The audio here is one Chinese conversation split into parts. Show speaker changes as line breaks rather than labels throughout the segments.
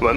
文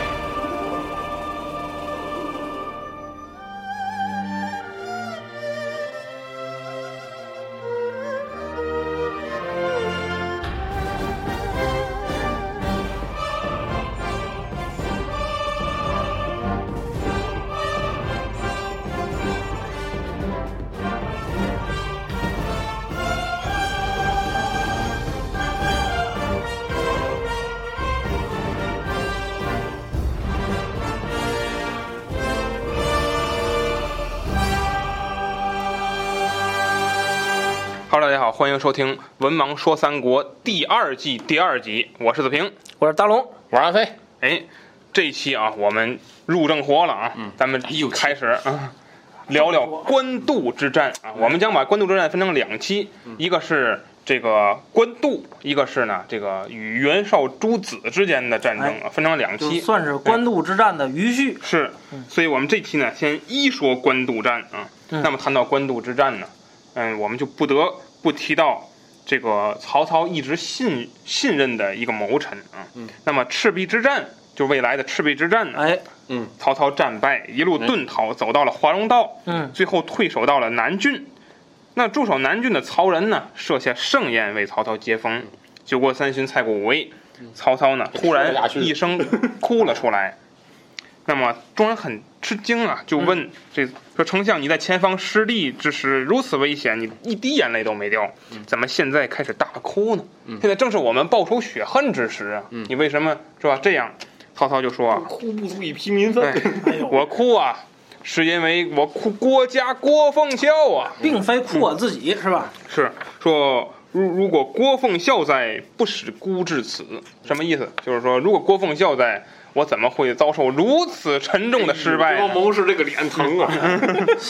Hello，大家好，欢迎收听《文盲说三国》第二季第二集，我是子平。
我是大龙。
我是安飞，
哎，这一期啊，我们入正活了啊，
嗯
咱们开始
哎
啊，聊聊官渡之战
嗯
啊。我们将把官渡之战分成两期，一个是这个官渡，一个是呢这个与袁绍诸子之间的战争
哎
啊，分成两
就
期。
算是官渡之战的余绪，
是，所以我们这期呢，先一说官渡战啊。
嗯
那么谈到官渡之战呢，嗯，我们就不得不提到这个曹操一直信信任的一个谋臣啊。
嗯
那么赤壁之战，就未来的赤壁之战呢，
哎，
嗯，
曹操战败，一路遁逃，走到了华容道，
嗯，
最后退守到了南郡。那驻守南郡的曹仁呢，设下盛宴为曹操接风。酒过三巡，菜过五味，曹操呢突然
吃了俩熏
一声哭了出来。那么众人很吃惊啊，就问这说丞相，你在前方失利之时如此危险，你一滴眼泪都没掉，怎么现在开始大哭呢？现在正是我们报仇雪恨之时啊！你为什么是吧？这样，曹操就说啊，
哭不足以披民
哎，我哭啊，是因为我哭郭家郭奉孝啊。
并非哭我自己是吧？
是说，如如果郭奉孝在，不使孤至此，什么意思？就是说，如果郭奉孝在，我怎么会遭受如此沉重的失败
哎这
呢
个谋士这个脸疼啊！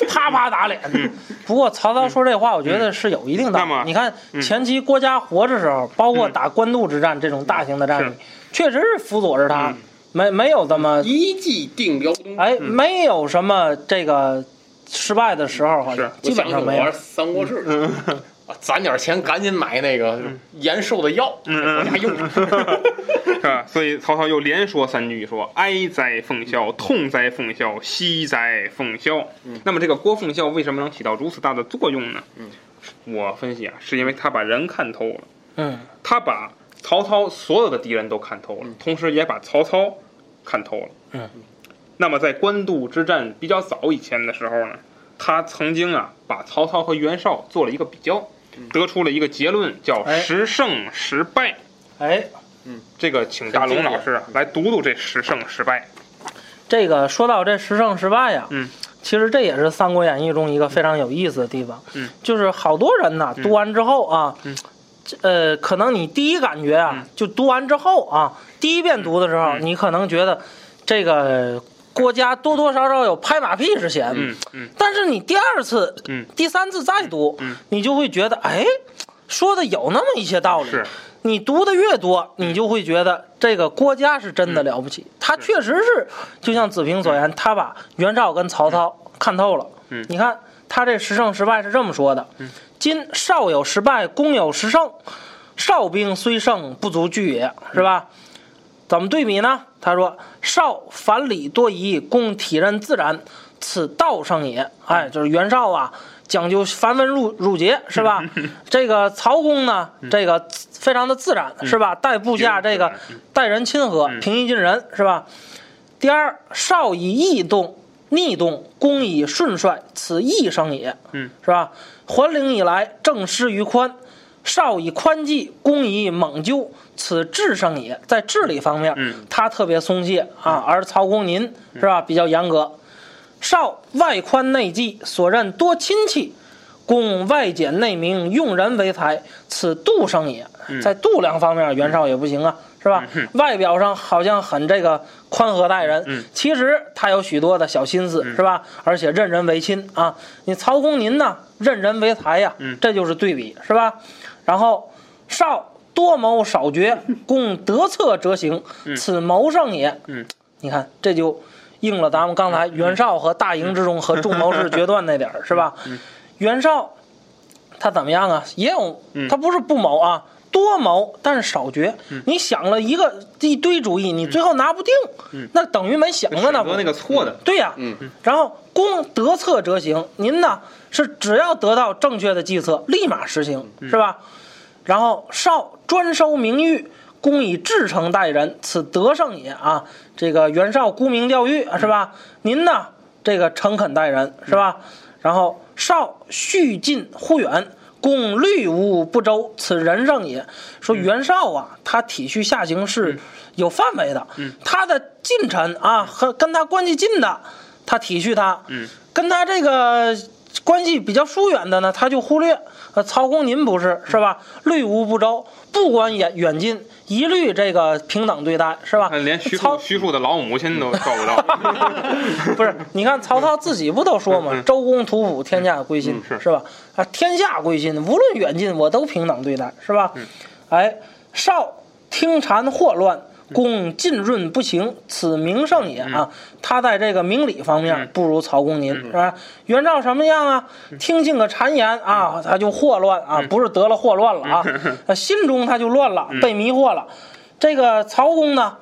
啪啪打脸。 不过曹操说这话，我觉得是有一定道
那么
理。你看前期郭嘉活着时候，包括打官渡之战这种大型的战役
是，
确实是辅佐着他，没没有这么
一骑定辽东，
哎，没有什么这个失败的时候，好像
是
基本上没
我想起我玩
有。
三国志，啊攒点钱赶紧买那个延寿的药，给国家用上。
是吧？所以曹操又连说三句，说哀哉奉孝，痛哉奉孝，惜哉奉孝。那么这个郭奉孝为什么能起到如此大的作用呢？我分析啊，是因为他把人看透了。
嗯，
他把曹操所有的敌人都看透了，同时也把曹操看透了。
嗯，
那么在官渡之战比较早以前的时候呢，他曾经啊把曹操和袁绍做了一个比较，得出了一个结论，叫
哎
十胜十败。
哎，
这个请大龙老师啊来读读这十胜十败。
这个说到这十胜十败呀，
嗯，
其实这也是《三国演义》中一个非常有意思的地方。
嗯，
就是好多人呐，读完之后啊，
嗯
这呃，可能你第一感觉啊，就读完之后啊，第一遍读的时候，
嗯
你可能觉得这个郭嘉多多少少有拍马屁之嫌。
嗯嗯
但是你第二次、
嗯
第三次再读，
嗯
你就会觉得，哎，说的有那么一些道理。
是
你读的越多，
嗯
你就会觉得这个郭嘉是真的了不起。他确实是，就像子平所言，他把袁绍跟曹操看透了。
嗯
你看他这十胜十败是这么说的：今少有十败，公有十胜。少兵虽胜，不足惧也，是吧？怎么对比呢？他说：“少反礼多仪，攻体刃自然，此道胜也。”哎，就是袁绍啊，讲究繁文缛缛节，是吧？这个曹公呢，这个非常的自然，是吧？待部下这个待人亲和，平易近人，是吧？第二，少以易动，逆动；攻以顺率，此易生也。
嗯，
是吧？桓陵以来，正师于宽，少以宽济，攻以猛究，此智生也。在治理方面，
嗯
他特别松懈啊，而曹公您是吧比较严格。少外宽内忌，所任多亲戚，公外简内明，用人为才，此度上也。
嗯
在度量方面，袁绍也不行啊，是吧？外表上好像很这个宽和待人，
嗯
其实他有许多的小心思，是吧？而且任人唯亲啊。你曹公您呢，任人唯才呀、
嗯
这就是对比，是吧？然后少多谋 少决，共得策则行，此谋胜也。
嗯
你看这就应了咱们刚才袁绍和大营之中和众谋士决断那点儿，是吧？袁绍他怎么样啊？也有
嗯
他不是不谋啊，多谋但是少决。你想了一个一堆主意，你最后拿不定，那等于没想啊，
选择
那不
那个错的，
对呀、
嗯，
然后公得策则行，您呢是只要得到正确的计策，立马实行，是吧？然后少专收名誉，公以至诚待人，此德胜也啊。这个袁绍沽名钓誉是吧？您呢这个诚恳待人是吧？然后少续近忽远。共虑无不周，此人胜也。说袁绍啊，他体恤下行是有范围的，他的近臣啊和跟他关系近的，他体恤他，
嗯
跟他这个关系比较疏远的呢，他就忽略。呃，曹公您不是
嗯
是吧？虑无不周，不管远远近，一律这个平等对待，是吧
看？嗯连徐
曹
庶徐庶的老母亲都找不到，
不是，你看曹操自己不都说嘛，周公吐哺，天下归心，
嗯嗯是
吧？啊，天下归心，无论远近，我都平等对待，是吧？
嗯
哎，少听谗惑乱。
嗯
公浸润不行，此名胜也啊！他在这个明理方
嗯
面不如曹公您，是吧？袁绍什么样啊？听信个谗言啊，
嗯
他就祸乱啊，不是得了祸乱了啊， 他心中他就乱了，
嗯
被迷惑了。这个曹公呢，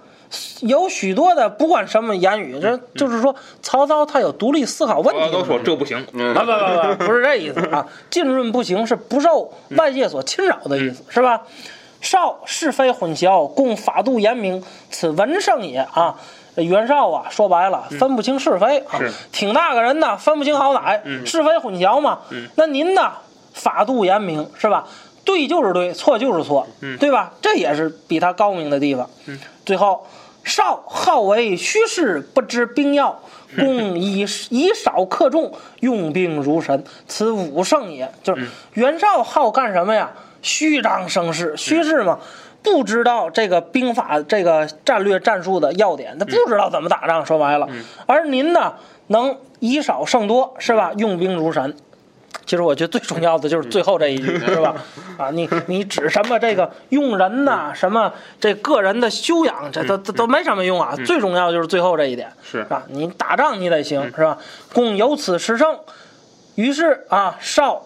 有许多的不管什么言语，这就是说曹操他有独立思考问
大家嗯
题
都
的。
说这不行，
嗯
啊不不不，不是这意思 啊！浸润不行是不受
嗯
外界所侵扰的意思，是吧？少是非混淆，共法度严明，此文圣也啊！这袁绍啊，说白了分不清是非啊
嗯是，嗯
挺那个人呢，分不清好歹，是非混淆嘛。那您呢，法度严明是吧？对就是对，错就是错，
嗯
对吧？这也是比他高明的地方。最后，少好为虚事，不知兵要，共以以少克众，用兵如神，此武圣也。就是袁绍好干什么呀？虚张声势，虚势嘛。不知道这个兵法、这个战略战术的要点，他不知道怎么打仗。说白了，而您呢，能以少胜多，是吧？用兵如神，其实我觉得最重要的
嗯
就是最后这一句，是 吧？啊，你你指什么这个用人
嗯
呐、什么这个人的修养，这都都都没什么用啊。最重要就是最后这一点，
嗯是嗯
吧？你打仗你得行，是吧？共有此十胜，于是啊，少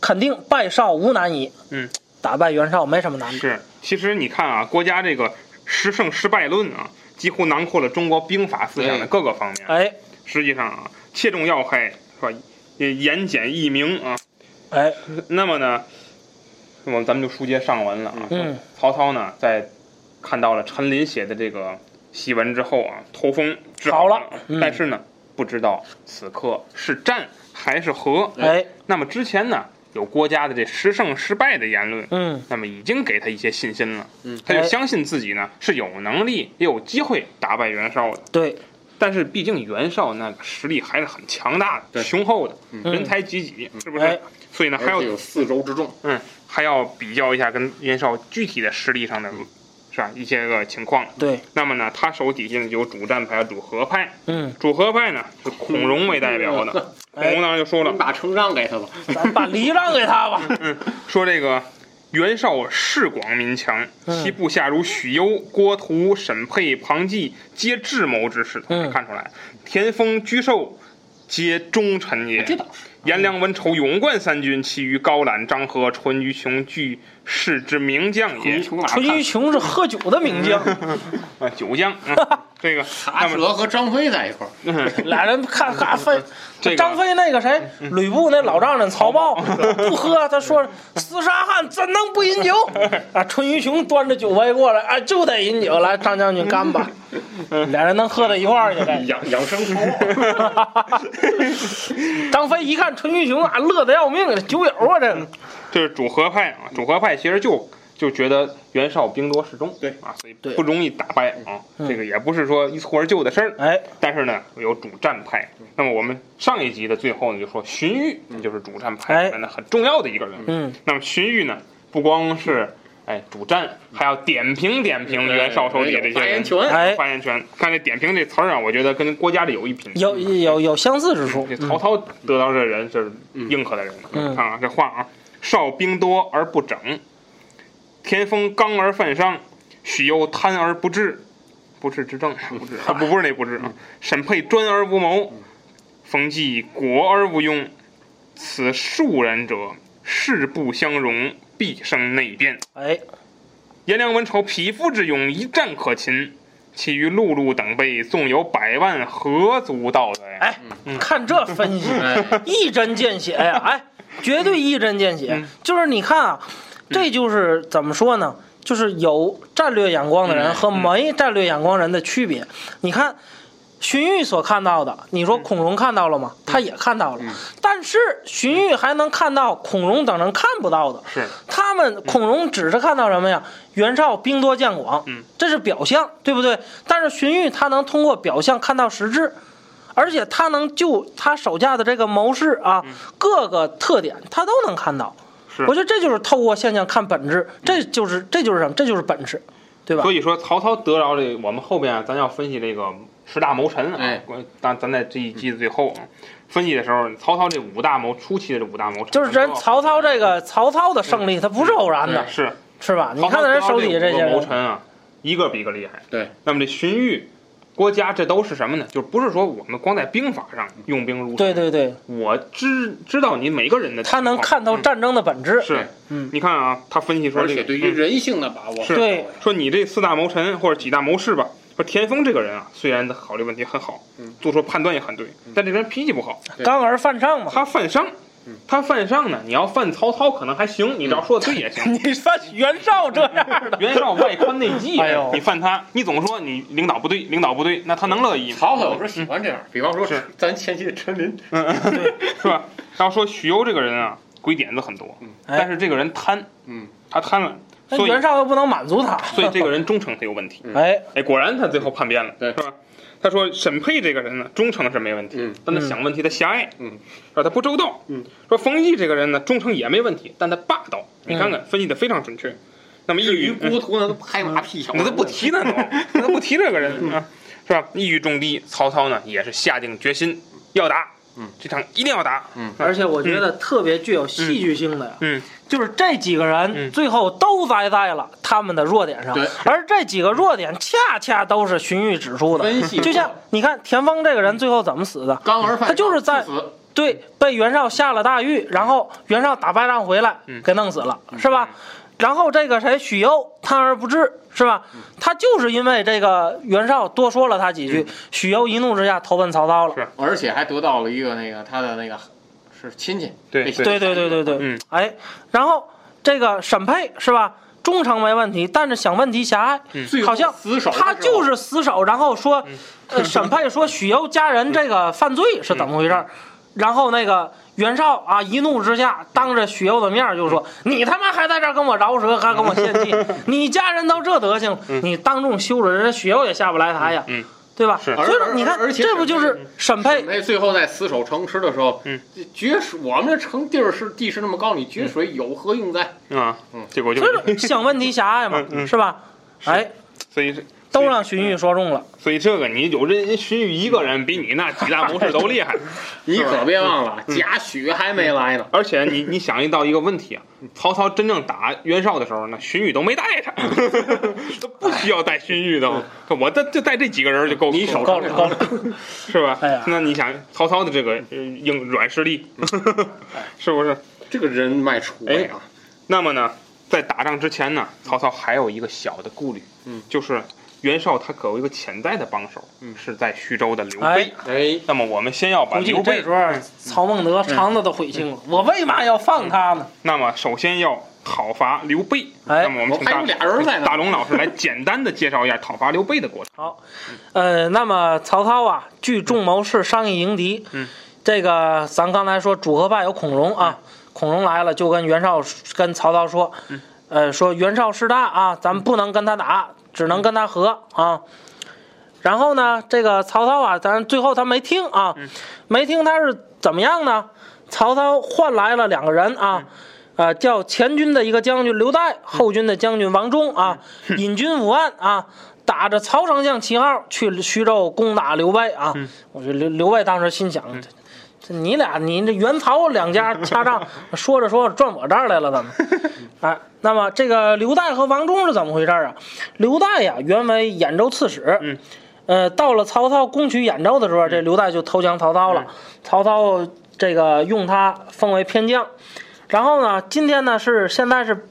肯定败少无难矣。
嗯，
打败袁绍没什么难。
是，其实你看啊，国家这个失胜失败论啊，几乎囊括了中国兵法思想的
对
各个方面。
哎
实际上啊，切中要害是吧？也言简意明啊。
哎，
那么呢，我们咱们就书接上文了啊。
嗯
曹操呢，在看到了陈琳写的这个檄文之后啊，头风治
好了
了，
嗯
但是呢，不知道此刻是战还是和。
哎
那么之前呢，有国家的这失胜失败的言论，
嗯
那么已经给他一些信心了，嗯，他就
哎
相信自己呢是有能力也有机会打败袁绍的。
对
但是毕竟袁绍那个实力还是很强大的、雄厚的，
嗯
人才济济，是不
哎
是？所以呢，还
而
要
且有四周之众，
嗯，还要比较一下跟袁绍具体的实力上的，是吧？一些个情况。
对
那么呢，他手底下呢有主战派、主和派。
嗯，
主和派呢是孔融为代表 的，
嗯
孔融当时就说了
你，把城让给他吧。
咱把梨让给他 吧。
说这个袁绍世广民强，
嗯
其部下如许攸、郭图、沈佩、庞纪，皆智谋之士。
嗯
看出来，田丰、沮授，皆忠臣也。
啊这倒是，
颜良、文丑、勇冠三军，其余高览、张合、淳于琼，俱世之名将也
你。从哪
淳于
看？
琼是喝酒的名将，
啊，九江 啊，这个
阿
那么
哲和张飞在一块儿，
俩人看哈飞
这，个
张飞那个谁，吕布那老丈人曹豹不喝，他说厮杀汉怎能不饮酒？啊，淳于琼端着酒杯过来，啊，就得饮酒，来张将军干吧，俩人能喝到一块儿去这。
养养生头。
张飞一看淳于琼啊，乐得要命，这酒友啊，这个
这是主和派啊，主和派其实就就觉得袁绍兵多势众，
对嗯
啊，所以
对
不容易打败啊。这个也不是说一蹴而就的事儿，
哎，
但是呢，有主战派。那么我们上一集的最后呢，就说荀彧
嗯
就是主战
哎
派里面的很重要的一个人。
嗯，
那么荀彧呢，不光是哎主战，还要点评点评袁绍手底下这些
发言
人。
权，
哎
发言权，看这点评这词儿啊，我觉得跟郭嘉的有一拼。
有有有相似之处
这，曹操得到这人是应和的人，
嗯
看啊这话啊，少兵多而不整，田丰刚而犯伤，许攸贪而不治，不治之症，不
嗯
治啊，不不是那不治啊。审配专而无谋，冯骥国而无庸，此庶然者，事不相容，必生内变。
哎，
颜良文丑匹夫之勇，一战可擒。其余陆路等辈，纵有百万，何足道哉？
哎，看这分
嗯
析，
哎
一针见血呀！哎，绝对一针见血。就是你看啊，这就是怎么说呢？就是有战略眼光的人和没战略眼光人的区别。你看。荀彧所看到的，你说孔融看到了吗？他也看到了，但是荀彧还能看到孔融等人看不到的。
是
他们孔融只是看到什么呀？袁绍兵多将广，
嗯
这是表象，对不对？但是荀彧他能通过表象看到实质，而且他能就他手下的这个谋士啊，各个特点他都能看到。
嗯是
我觉得这就是透过现象看本质，这就是这就是什么？这就是本事，对吧
所？以说，曹操得着这，我们后边啊，咱要分析这个十大谋臣啊
哎，
关咱咱在这一季最后啊，分析的时候，曹操这五大谋初期的这五大谋臣，
就是人曹操这个曹操的胜
嗯
利，他不是偶然的，
是
是吧？你看人手底下
这
这些
谋
人，
臣啊，一个比一个厉害。
对，
那么这荀彧、郭嘉，这都是什么呢？就不是说我们光在兵法上用兵如神
对，对对，
我知知道你每个人的情
他
况，
能看透
嗯
战争的本质。
是，
嗯
你看啊，他分析说
而
这
且
个
对于
嗯
人性的把握，
是
对
说你这四大谋臣或者几大谋士吧，说田丰这个人啊，虽然考虑问题很好，
嗯
做出判断也很对，但这人脾气不好，
刚而犯上嘛。
他犯上。
嗯
他犯上呢？你要犯曹操可能还行，你只要说的对也
嗯
行。
你犯袁绍这 样的，
袁绍外宽内忌
哎
嗯
呦，
你犯他，你总说你领导不对，领导不对，那他能乐意吗？
曹操有时候喜欢这样，比方
嗯
说
是嗯
咱前期的陈琳，
是吧？然后说许攸这个人啊，鬼点子很多，
哎
但是这个人贪，
嗯，
他贪了，
那
所以
袁绍又不能满足他，
所以这个人忠诚他有问题。
哎，
哎，果然他最后叛变了，
对
是吧？他说沈佩这个人呢，忠诚是没问题，
嗯
但他想问题他狭隘，
嗯，
说他不周到，
嗯，
说冯骥这个人呢，忠诚也没问题，但他霸道，你看看分析的非常准确。那么一
至于
语
郭图那都拍马屁小，
我都不提那都，我都不提这个
嗯
人啊，是吧？一语中的，曹操呢也是下定决心要打，嗯，这场一定要打，嗯
而且我觉得特别具有戏剧性的呀，
嗯，
就是这几个人
嗯
最后都栽在了他们的弱点上
对，
而这几个弱点恰恰都是荀彧指出的
分析。过
就像你看田丰这个人最后怎么死
嗯
的，
刚而犯上，
他就是在
致死
对，被袁绍下了大狱，然后袁绍打败仗回来，
嗯
给弄死了，是吧？然后这个谁许攸贪而不治，是吧？
嗯
他就是因为这个袁绍多说了他几
嗯
句，许攸一怒之下投奔曹操了。
是
而且还得到了一个那个他的那个是亲戚，
对
被
对对对对对，
嗯
哎，然后这个沈佩是吧？忠诚没问题，但是想问题狭隘，
嗯
最后
好像
死守的时候
他就是死守，然后说，呃，沈佩说许攸家人这个犯罪是怎么回事
嗯
儿？嗯然后那个袁绍啊，一怒之下，当着许攸的面儿就说：“
嗯
你他妈还在这儿跟我饶舌，还跟我献计，你家人都这德行了，你当众羞辱人，家许攸也下不来台呀，
嗯嗯嗯
对吧？”
是
所以说
而
你看，
而而且嗯
这不就是沈佩
那最后在死守城池的时候，
嗯，
绝水，我们这城地儿是地势那么高，你绝水有何用在？
啊，
嗯
结果就嗯
所 以说想问题狭隘嘛，是吧？哎，
所以这
都让荀彧说中了。
所以这个你有人荀彧一个人比你那几大谋士都厉害，
你可别忘了，
嗯
贾诩还没来呢。
而且你你想一到一个问题啊，
嗯
曹操真正打袁绍的时候呢，荀彧都没带 上，都不需要带荀
哎
彧的，我这就带这几个人就够
你手
够了够了，
是吧？
哎呀
那你想曹操的这个呃硬软实 力，是不是？
这个人脉出
哎
来啊，
那么呢，在打仗之前呢，曹操还有一个小的顾虑，
嗯，
就是袁绍他可有一个潜在的帮手，是在徐州的刘备。
嗯哎
哎，
那么我们先要把
估计
刘备
这时候曹孟德肠子都悔青了，我为嘛要放他呢？
那么首先要讨伐刘备。
哎
那么我们请
还
大
有俩人在呢
大龙老师来简单的介绍一下讨伐刘备的过 程。
好，呃，那么曹操啊，据众谋士商议迎敌。
嗯，
这个咱刚才说主和败有孔融啊，孔融来了就跟袁绍跟曹操说，呃，说袁绍势大啊，咱们不能跟他打，只能跟他和啊。然后呢，这个曹操啊，咱最后他没听啊，没听他是怎么样呢？曹操换来了两个人啊，呃，叫前军的一个将军刘岱，后军的将军王忠啊，引军五万啊，打着曹丞相旗号去徐州攻打刘备啊。我觉得刘刘备当时心想，这你俩，你这元曹两家掐账，说着说着转我这儿来了，怎么？哎，那么这个刘岱和王忠是怎么回事啊？刘岱呀，原为兖州刺史，
嗯，
呃，到了曹操攻取兖州的时候，这刘岱就投降曹操了。曹操这个用他封为偏将，然后呢，今天呢是现在是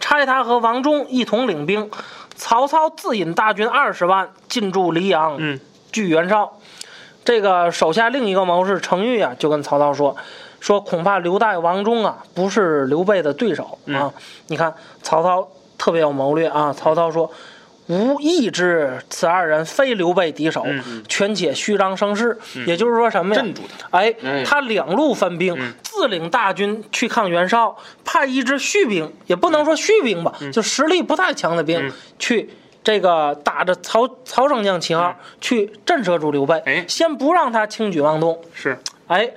差他和王忠一同领兵，曹操自引大军二十万进驻黎阳，
嗯，
据袁绍。这个手下另一个谋士程昱啊，就跟曹操说，说恐怕刘岱、王忠啊不是刘备的对手
嗯
啊。你看曹操特别有谋略啊，曹操说。吾意知此二人非刘备敌手，权且虚张声势。也就是说什么呀？
嗯镇住他
哎
哎，
他两路分兵，
嗯
自领大军去抗袁绍，派一支续兵，也不能说续兵吧，
嗯
就实力不太强的兵、去这个打着曹曹丞相旗号、去震慑住刘备，
嗯哎
先不让他轻举妄动，
是，
哎，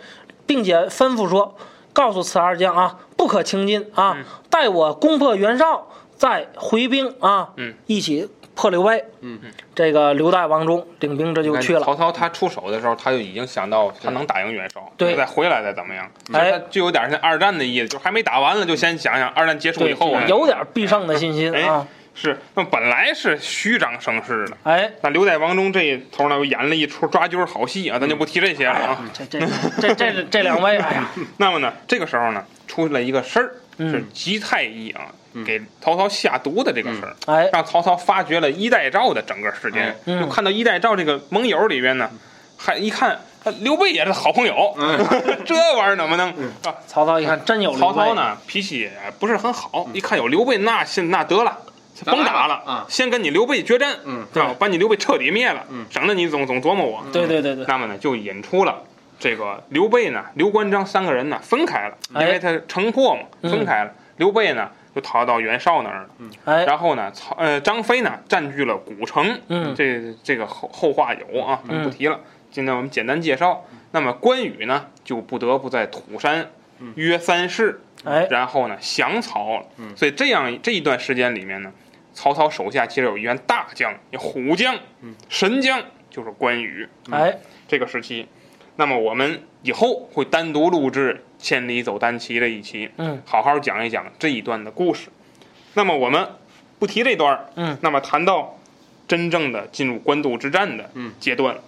并且吩咐说，告诉此二将啊，不可轻进啊，
嗯
待我攻破袁绍，再回兵啊，
嗯
一起破刘备。嗯，这个刘大王忠领兵这就去了
曹。操他出手的时候，他就已经想到他能打赢袁绍，
对
就再回来再怎么样，
哎
就是他就有点像二战的意思，就还没打完了，就先想想二战结束
对
以后啊，，
有点必胜的信心
哎
啊！
是，那本来是虚张声势的。
哎，
那刘在王忠这一头呢，又演了一出抓阄儿好戏啊，咱就不提这些了啊。
这这这这这两位，哎呀，
那么呢，这个时候呢，出了一个事儿，
嗯
是吉太医啊，给曹操下毒的这个事儿，
哎
让曹操发掘了衣带诏的整个事件，
嗯
就看到衣带诏这个盟友里边呢，还一看。啊刘备也是好朋友， 这玩意儿能不能？啊
曹操一看真有
曹
刘备
操，呢，脾气也不是很好，一看有刘备，那现那得了，
咱来
甭打
吧
了，
啊
先跟你刘备决战，
嗯
对吧？把你刘备彻底灭了，
嗯
省得你总总琢磨我。
对对对对，
那么呢，就引出了这个刘备呢、刘关张三个人呢分开了，因
哎
为他城破嘛，
嗯
分开了。刘备呢就逃到袁绍那儿了，
哎，
然后呢，曹呃张飞呢占据了古城，
嗯
这这个后后话有啊，咱们不
嗯
提了。今天我们简单介绍。那么关羽呢，就不得不在土山约三世，
嗯哎嗯
然后呢降曹了。所以这样这一段时间里面呢，曹操手下其实有一员大将，虎将、
嗯
神将，就是关羽。
哎，
这个时期。那么我们以后会单独录制《千里走单骑》的一期，
嗯，
好好讲一讲这一段的故事。那么我们不提这段儿，
嗯，
那么谈到真正的进入官渡之战的
嗯
阶段了，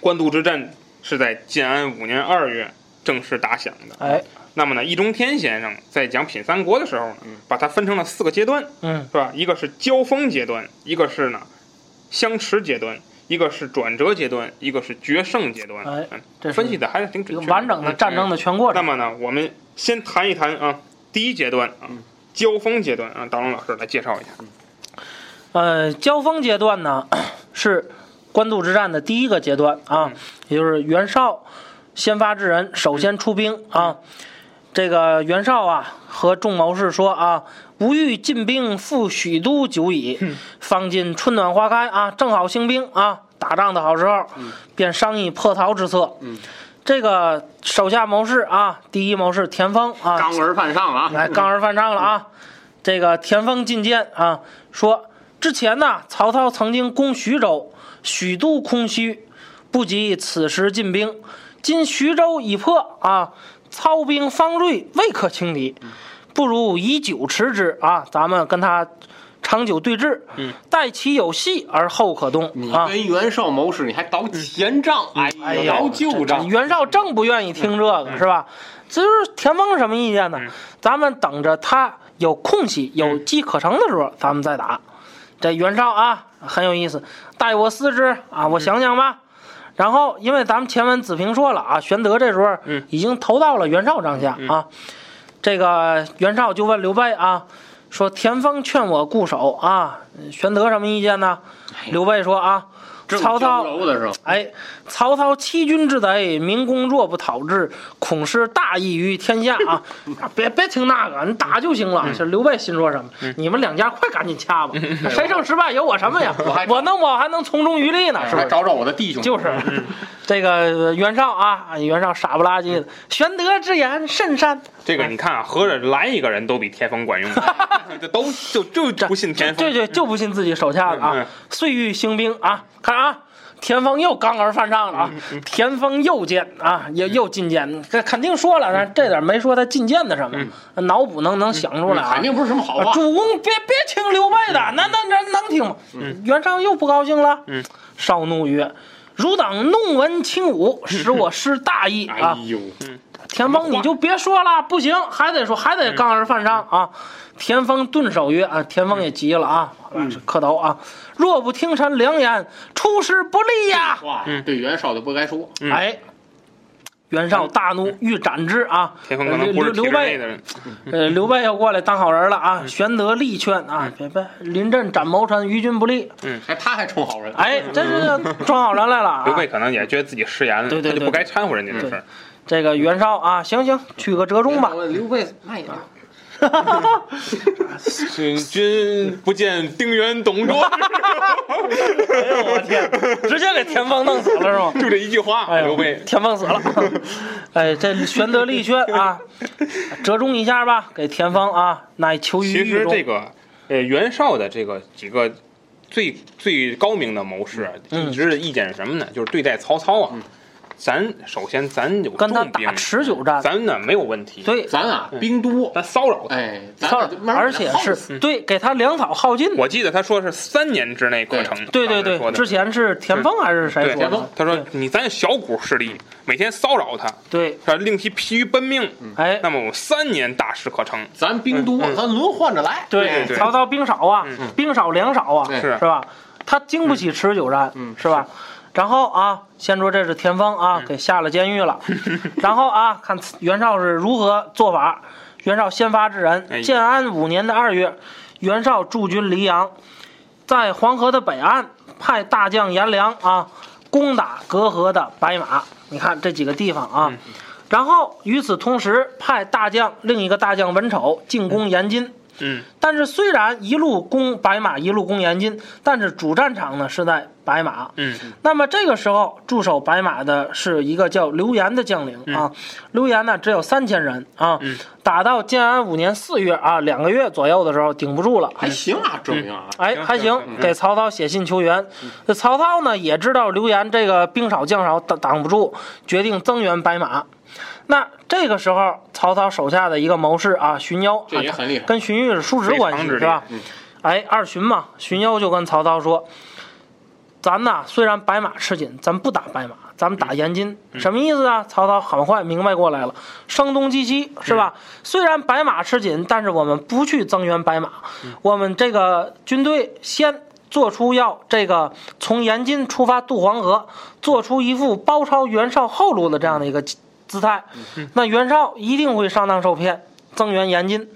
官渡之战是在建安五年二月正式打响的。
哎，
那么呢，易中天先生在讲品三国的时候呢，把它分成了四个阶段，
嗯，
是吧？一个是交锋阶段，一个是呢相持阶段，一个是转折阶段，一个是决胜阶段。
哎
嗯
这是
分析的还是挺
一个
准确的。
完整的战争的全过
嗯。那
程。
么呢，我们先谈一谈啊，第一阶段啊，
嗯
交锋阶段啊，大龙老师来介绍一下。
呃，交锋阶段呢， 是官渡之战的第一个阶段啊，也就是袁绍先发制人，首先出兵啊。这个袁绍啊，和众谋士说啊，吾欲进兵赴许都久矣，方今春暖花开啊，正好兴兵啊，打仗的好时候，便商议破曹之策。这个手下谋士啊，第一谋士田丰啊，
刚儿犯上了啊！
来，杠儿犯上了啊！这个田丰进谏啊，说之前呢，曹操曾经攻徐州，许都空虚，不及此时进兵。今徐州已破啊，操兵方锐，未可轻敌，不如以久持之啊！咱们跟他长久对峙，嗯，待其有隙而后可动
你
啊！嗯
跟袁绍谋士，你还倒前账，哎
哎
呀，倒
呦
旧
这
账，
袁绍正不愿意听这个，
嗯
是吧？这就是田丰什么意见呢？咱们等着他有空隙、
嗯
有机可乘的时候，咱们再打。这袁绍啊，很有意思，待我思之啊，
嗯
我想想吧。然后，因为咱们前文子平说了啊，玄德这时候
嗯
已经投到了袁绍帐下啊。这个袁绍就问刘备啊，说田丰劝我固守啊，玄德什么意见呢？刘备说啊，
哎正
曹
交
操
楼的时候，
哎，曹操欺君之贼，明公若不讨之，恐失大义于天下 啊！啊别别听那个，你打就行了。
嗯
这刘备心说什么？你们两家快赶紧掐吧，谁胜谁败有我什么呀？
我还哎
我弄我还能从中渔利呢，是不
还
是？
找找我的弟兄，
就是
嗯
这个袁绍啊，袁绍傻不拉几的，玄德之言甚善。
这个你看啊，合着来一个人都比田丰管用，啊 这都就就不信田丰。
对对，就不信自己手下的
嗯
啊
嗯！
遂欲兴兵啊，看啊，田丰又刚而犯上了
嗯
啊！田丰又进啊，也又进谏，这肯定说了，但这点没说他进谏的什么，
嗯
脑补能能想出来啊
肯。定不是什么好
啊
话。
主公别别听刘备的，那那那能听吗？袁绍又不高兴了。
嗯，
绍怒曰：“汝等弄文轻武，使我失大
嗯
义
哎
啊！
呦，
田丰你就别说了，不行，还得说，还得杠而犯上
嗯
啊！”田丰顿首曰：“啊，田丰也急了啊，
嗯
磕头啊！若不听臣良言，出师不利呀！”
话对袁绍就不该说。
嗯
哎，袁绍大怒，欲斩之啊！
田丰可能不是体
刘
制
刘
内
备
的嗯人，
呃，刘备要过来当好人了啊！玄德力劝
嗯
啊，别别，临阵斩谋臣，于君不利。
还他还充好人，
哎，这是装好人来了
嗯刘
啊
备！可能也觉得自己失言了，
对对
他就
对
不该掺和人家这事儿。
这个袁绍啊，行行，取个折中吧。
我刘备慢一点，
君君不见丁原董卓，
哎呦我天，直接给田丰弄死了是吗？
就这一句话，
哎
刘
呦
备，
田丰死 了。哎，这玄德力劝啊，折中一下吧，给田丰啊，乃求于
其
狱
实
中。
这个，呃，袁绍的这个几个最最高明的谋士，
嗯
一直的意见是什么呢？就是对待曹操啊，咱首先咱有
跟他
重兵
打，持久战，
咱呢没有问题，
对，
咱啊兵多，
咱骚扰他。
哎，咱
嗯操
俩就慢慢
而且
耗死
是对给他粮草耗尽。
我记得他说是三年之内可成，
嗯对
当
对
时
对
说，的
之前是田丰还是谁
对
说
田丰
的？
他说你咱小股势力，每天骚扰他，
对，
他令其疲于奔命，
嗯
哎
那，么我三年大事可成。
咱兵多，
嗯
咱轮换着来。哎
对对
曹操兵少啊，兵少粮少啊，
对
是
是吧？他经不起持久战，是吧？然后啊，先说这是田丰啊，给下了监狱了。然后啊，看袁绍是如何做法。袁绍先发制
哎
人，建安五年的二月，袁绍驻军黎阳，在黄河的北岸派大将颜良啊攻打隔河的白马。你看这几个地方啊。然后与此同时，派大将另一个大将文丑进攻延津。
嗯，
但是虽然一路攻白马，一路攻延津，但是主战场呢是在白马。
嗯，
那么这个时候驻守白马的是一个叫刘岩的将领啊，刘岩呢只有三千人啊，打到建安五年四月啊，两个月左右的时候顶不住了。
还行啊，证明啊，
哎，
行
还
行
行，给曹操写信求援。这曹操呢也知道刘岩这个兵少将少挡挡不住，决定增援白马。那这个时候，曹操手下的一个谋士啊，荀攸，
这也
啊
很厉害
跟荀彧是叔侄关
非常
系
之嗯
是吧
厉？
哎，二荀嘛，荀攸就跟曹操说：“咱呐，虽然白马吃紧，咱不打白马，咱们打
嗯
延津，什么意思啊？曹操很快明白过来了，声东击西是吧？
嗯
虽然白马吃紧，但是我们不去增援白马，我们这个军队先做出要这个从延津出发渡黄河，做出一副包抄袁绍后路的这样的一个姿态，那袁绍一定会上当受骗，增援延津。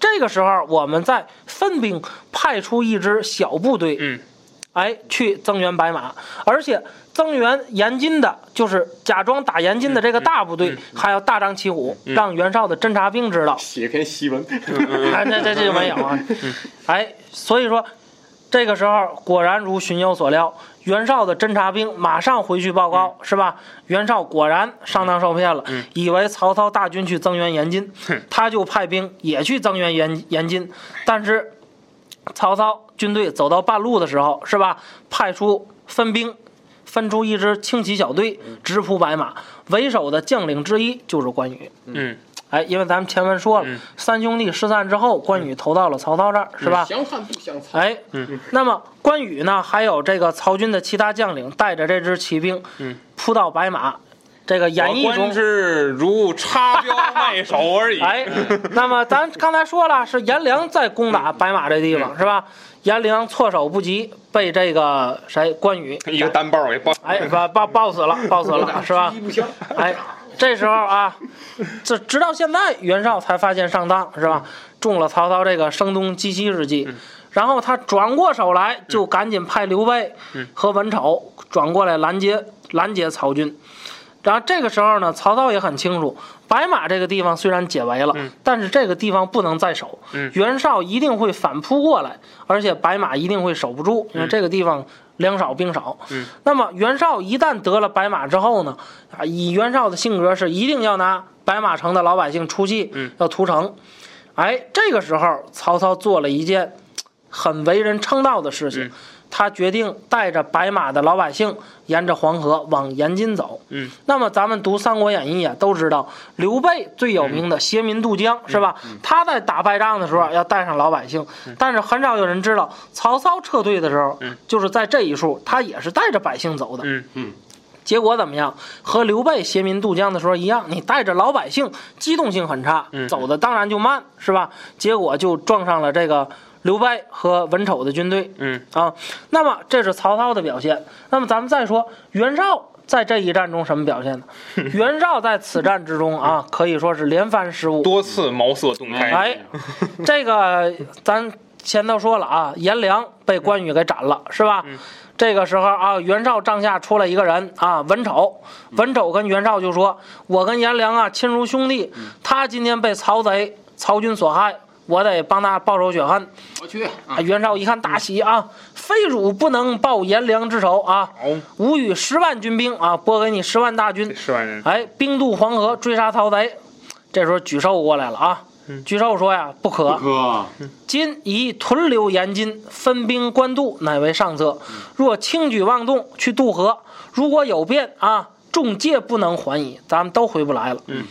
这个时候，我们再分兵派出一支小部队，
嗯，
哎，去增援白马，而且增援延津的，就是假装打延津的这个大部队，还要大张旗鼓，让袁绍的侦察兵知道，
写篇檄文，嗯
哎，这这这就没有 啊，哎，所以说。这个时候果然如荀攸所料，袁绍的侦察兵马上回去报告，是吧？袁绍果然上当受骗了，以为曹操大军去增援延津，他就派兵也去增援延延津，但是曹操军队走到半路的时候，是吧？派出分兵，分出一支轻骑小队，直扑白马。为首的将领之一就是关羽。
嗯，
哎，因为咱们前文说了，三兄弟失散之后，关羽投到了曹操这儿，是吧？
相看不相残。
哎，
嗯
那么关羽呢，还有这个曹军的其他将领，带着这支骑兵，嗯，扑到白马。这个演
我
义中
观，之如插标卖首而已。
哎，那么咱刚才说了，是颜良在攻打
嗯
白马这地方，是吧？颜良措手不及，被这个谁关羽
一个单包给包，
哎把把抱死了，抱死 了，是吧
一？不相，
哎，这时候啊，这直到现在，袁绍才发现上当，是吧？中了曹操这个声东击西之计，然后他转过手来，就赶紧派刘备和文丑转过来拦截拦截曹军。然后这个时候呢，曹操也很清楚，白马这个地方虽然解围了，但是这个地方不能再守，袁绍一定会反扑过来，而且白马一定会守不住，因为这个地方粮少兵少。那么袁绍一旦得了白马之后呢，啊，以袁绍的性格是一定要拿白马城的老百姓出气，要屠城。哎，这个时候曹操做了一件很为人称道的事情，他决定带着白马的老百姓，沿着黄河往延津走。
嗯，
那么咱们读《三国演义》也都知道，刘备最有名的携民渡江、是吧？他在打败仗的时候要带上老百姓，但是很少有人知道，曹操撤退的时候，就是在这一处，他也是带着百姓走的。
嗯
嗯，
结果怎么样？和刘备携民渡江的时候一样，你带着老百姓，机动性很差，走的当然就慢，是吧？结果就撞上了这个刘备和文丑的军队。
嗯
啊，那么这是曹操的表现。那么咱们再说袁绍在这一战中什么表现呢？ 袁绍在此战之中啊，可以说是连番失误。
多次茅塞顿开。
哎，这个咱前头说了啊，颜良被关羽给斩了，是吧？这个时候啊，袁绍帐下出来一个人啊，文丑。文丑跟袁绍就说：“我跟颜良啊亲如兄弟，他今天被曹贼曹军所害，我得帮他报仇雪恨。”
我去啊
啊，！袁绍一看大喜啊，非汝不能报颜良之仇啊！吾与十万军兵啊，拨给你十万大军，
哦十万人，
哎，兵渡黄河追杀曹贼。这时候沮授过来了啊，沮授说呀，不可，
哥，
今宜屯留延津，分兵官渡，乃为上策。若轻举妄动去渡河，如果有变啊，众皆不能还矣，咱们都回不来了。嗯，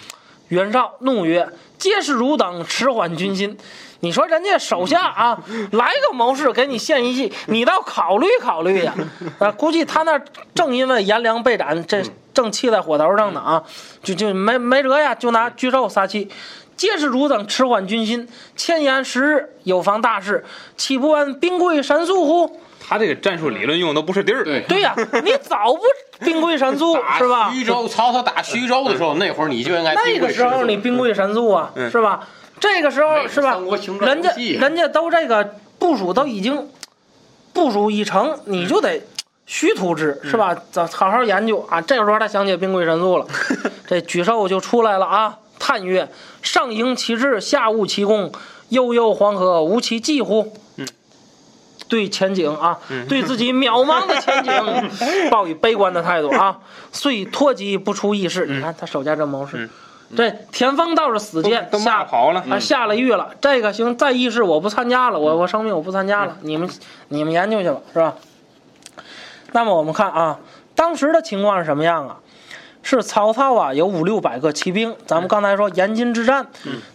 袁绍怒曰：“皆是汝等迟缓军心。”你说人家手下啊，来个谋士给你献一计，你倒考虑考虑呀！啊，估计他那儿正因为颜良被斩，这正气在火头上呢啊，就就没没辙呀，就拿沮授撒气。皆是汝等迟缓军心，千言十日，有妨大事，岂不闻兵贵神速乎？
他这个战术理论用的都不是地儿。
对，
对 呀、你早不兵贵神速
打
是吧？
徐州，曹操打徐州的时候，那会儿你就应该
那个时候你兵贵神速啊，是吧？这个时
嗯没
候
有
是吧
三国行？政
人家
游戏哎
人家都这个部署都已经部署已成，
嗯
你就得虚图之，是吧？咱好好研究啊。这时候他想起兵贵神 速了，这沮授就出来了啊，叹曰：“上迎其志，下务其功，悠悠黄河，无其计乎？”
嗯
对前景啊，对自己渺茫的 前景抱以悲观的态度啊，遂脱籍不出议事。你看他手下这谋士，这田丰倒是死谏，
嗯都骂
下
跑了
啊下了狱了。这个行，再议事我不参加了，我我生病我不参加了，你们你们研究去吧，是吧？那么我们看啊，当时的情况是什么样啊？是曹操啊，有五六百个骑兵。咱们刚才说延津之战，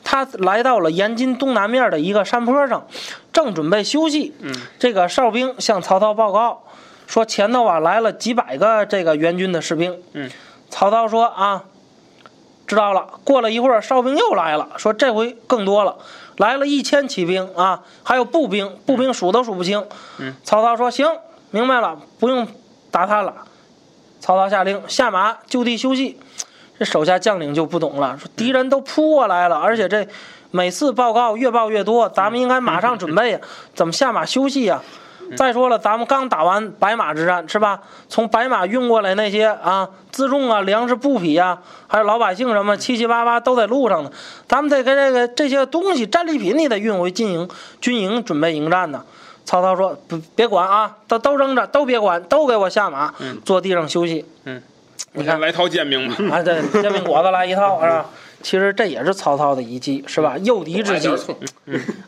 他来到了延津东南面的一个山坡上，正准备休息。这个哨兵向曹操报告说，前头啊来了几百个这个援军的士兵。
嗯
曹操说啊，知道了。过了一会儿，哨兵又来了，说这回更多了，来了一千骑兵啊，还有步兵，步兵数都数不清。
嗯，
曹操说行，明白了，不用打他了。曹操下令下马，就地休息。这手下将领就不懂了，说敌人都扑过来了，而且这每次报告越报越多，咱们应该马上准备呀，怎么下马休息啊呀？再说了，咱们刚打完白马之战是吧？从白马运过来那些啊辎重啊、粮食、布匹啊，还有老百姓什么七七八八都在路上呢。咱们得给这个这些东西战利品，你得运回军营，军营准备迎战呢。曹操说：“不，别管啊，都都扔着，都别管，都给我下马，坐地上休息。”哎
你看来套煎饼吧。
啊，对，煎饼果子来一套是吧？其实这也是曹操的一计，是吧？诱敌之
买
计
点。葱，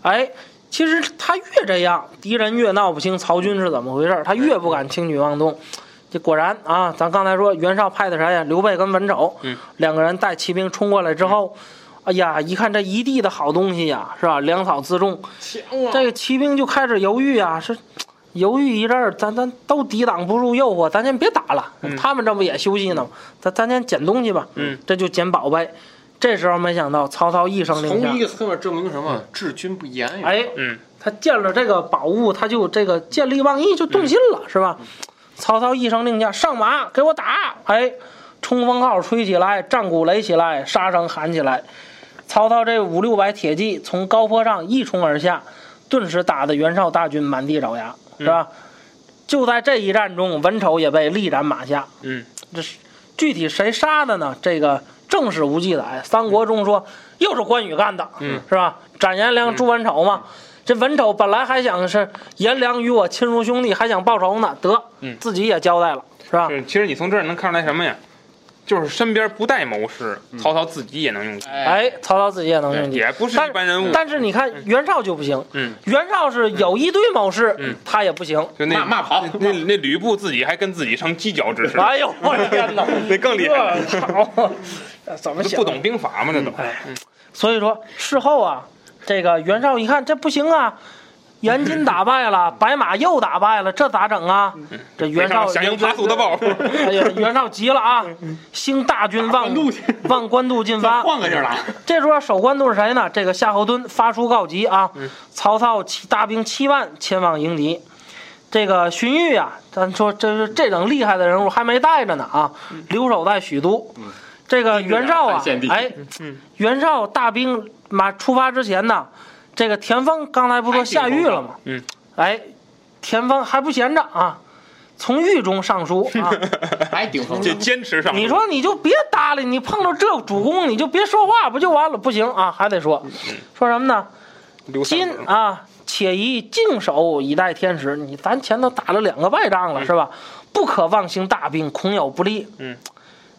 哎，其实他越这样，敌人越闹不清曹军是怎么回事儿，他越不敢轻举妄动。这果然啊，咱刚才说袁绍派的谁呀？刘备跟文丑，
嗯
两个人带骑兵冲过来之后，哎呀，一看这一地的好东西呀，是吧？粮草辎重，
强啊！
这个骑兵就开始犹豫啊，是犹豫一阵儿，咱咱都抵挡不住诱惑，咱先别打了。
嗯
他们这不也休息呢吗？咱咱先捡东西吧。
嗯，
这就捡宝贝。这时候没想到曹操一声令
从一
下，
个侧面证明什么？治军不严呀！
哎，
嗯，
他见了这个宝物，他就这个见利忘义，就动心了，是吧？曹操一声令下，上马，给我打！哎，冲锋号吹起来，战鼓擂起来，杀声喊起来。曹操这五六百铁骑从高坡上一冲而下，顿时打得袁绍大军满地找牙，是吧？就在这一战中，文丑也被力斩马下。
嗯，
这是具体谁杀的呢？这个正史无记载，《三国》中说又是关羽干的，嗯，是吧？斩颜
嗯
良、诛文丑嘛。这文丑本来还想是颜良与我亲如
嗯
兄弟，还想报仇呢，得，自己也交代了，是吧？
是，其实你从这儿能看出来什么呀？就是身边不带谋士，
嗯
曹操自己也能用计，
哎，
哎，曹操自己也能用计，
也不是
但
一般人物。
嗯但是你看袁绍就不行，
嗯，
袁绍是有一堆谋士，
嗯
他也不行。
就那
骂骂跑，
那那吕布自己还跟自己成犄角之势，
哎呦，我的 天哪！
那更厉 害了，
好，怎么
这
想？
不懂。兵法吗？这都
哎，所以说事后啊，这个袁绍一看这不行啊，袁金打 败了，白马又打败了，这咋整啊？
嗯
这袁绍
想赢爬速 的报复，
哎呀，袁绍急了啊，兴大军往
打官渡嗯去
往官渡进
咱
发。
换个地儿打。
这时候守关渡是谁呢？这个夏侯惇发出告急啊，
嗯
曹操起大兵七万前往迎敌。这个荀彧啊，咱说这是这等厉害的人物还没带着呢啊，留守在许都。这个袁绍啊
嗯献，帝
哎，袁绍大兵马出发之前呢，这个田丰刚才不说下狱了吗？
嗯，
哎，田丰还不闲着啊，从狱中上书啊。
还顶风
就坚持上路。
嗯你说你就别搭理，你碰到这主公你就别说话，不就完了？不行啊，还得说，说什么呢？
刘三
今
子
啊，且宜静守以待天时。你咱前头打了两个败仗了，是吧？不可妄兴大兵，恐有不利。
嗯，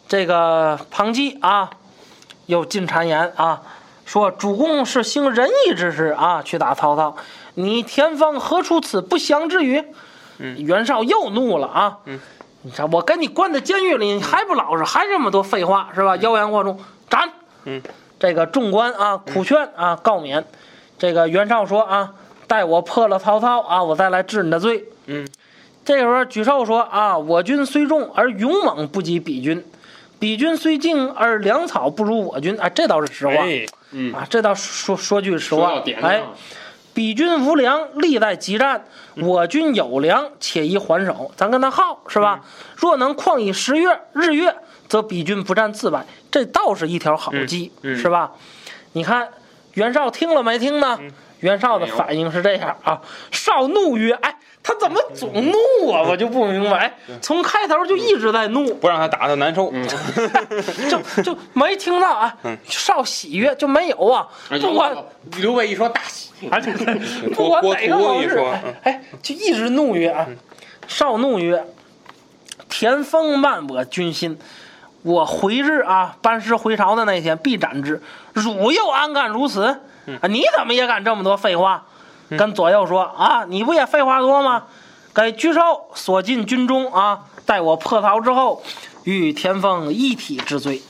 这个庞基啊，又进谗言啊，说主公是兴仁义之师啊，去打曹操。你田方何出此不祥之语？
嗯
袁绍又怒了啊。
嗯，
你看我跟你关在监狱里，你还不
嗯
老实，还这么多废话是吧？妖言惑众，斩！
嗯，
这个众官啊，
嗯
苦劝啊，告免。这个袁绍说啊，待我破了曹操啊，我再来治你的罪。
嗯，
这时候沮授说啊，我军虽众而勇猛不及彼军，彼军虽精而粮草不如我军。啊，这倒是实话、
哎，
啊，这倒说说句实
说
话
到。点
哎
上，，
彼军无粮，力在急战；我军有粮，且宜还手。咱跟他耗是吧？若能旷以十月日月，则彼军不战自败。这倒是一条好计，
嗯嗯
是吧？你看袁绍听了没听呢？袁绍的
没有
反应是这样啊：少怒曰：“哎，他怎么总怒啊？我就不明白，从开头就一直在怒。”
不让他打他难受。
嗯就就没听到啊，少喜悦就没有啊，
哎
不管
刘备一说大喜，
不管哪个
郭
谋
郭郭
士
一说，
哎哎，就一直怒曰啊，少怒曰：“田丰慢我军心，我回日啊，班师回朝的那天必斩之。汝又安敢如此？啊，你怎么也敢这么多废话？”跟左右说啊，你不也废话多吗？给沮授所进军中啊，待我破曹之后，与田丰一体治罪。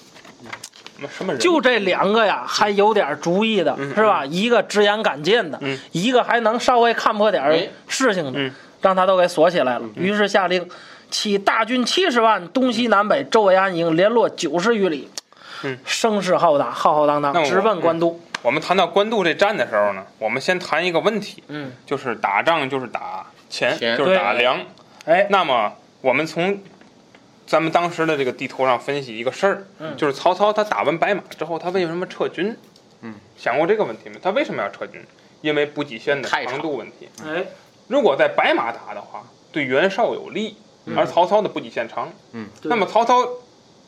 嗯什么人？
就这两个呀，还有点主意的，是吧？一个直言敢谏的，
嗯
一个还能稍微看破点儿
哎
事情的，
嗯
让他都给锁起来了。于是下令起大军七十万，东西南北周围安营，联络九十余里，
嗯
声势浩大，浩浩荡
那
荡，
我
直奔官渡。
我们谈到官渡这战的时候呢，我们先谈一个问题，
嗯，
就是打仗就是打钱，
钱
就是打
对
粮。
哎，
那么我们从咱们当时的这个地图上分析一个事儿，
嗯
就是曹操他打完白马之后，他为什么撤军？
嗯，
想过这个问题吗？他为什么要撤军？因为补给线的
太长
长度问题。
哎，
如果在白马打的话，对袁绍有利，
嗯
而曹操的补给线长。
嗯，
那么曹操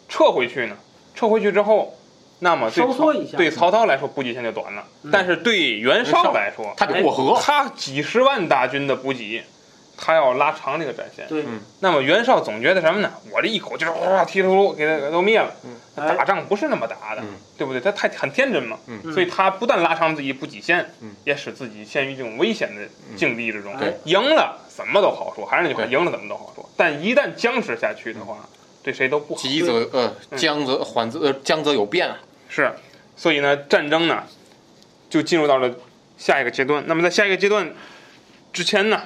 撤回去呢？撤回去之后，那么对
收缩一下嗯
对曹操来说补给线就短了，但是对袁绍来说，
他得过河，
哎
他几十万大军的补给，他要拉长这个战线。
对，
嗯
那么袁绍总觉得什么呢？我这一口气儿哗踢秃噜给他都灭了。
哎
打仗不是那么打的
嗯，
对不对？他太很天真嘛，
嗯
所以他不但拉长自己补给线
嗯，
也使自己陷于这种危险的境地之中
对。
赢了怎么都好说，还是那句话，
对嗯
赢了怎么都好说。但一旦僵持下去的话，对谁都不好。
急则
嗯
呃将则缓则呃将则有变啊。
是，所以呢，战争呢就进入到了下一个阶段。那么在下一个阶段之前呢，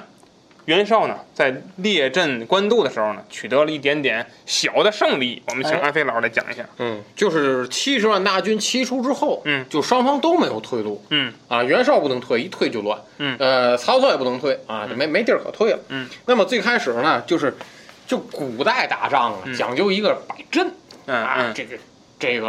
袁绍呢在列阵官渡的时候呢，取得了一点点小的胜利。我们请
哎
安飞老师来讲一下。
嗯，就是七十万大军齐出之后，
嗯
就双方都没有退路
嗯
啊，袁绍不能退，一退就乱，
嗯
呃，曹操也不能退啊，就没没地儿可退了，
嗯，
那么最开始呢，就是就古代打仗啊，讲究一个摆阵
嗯
啊，
嗯
这个这个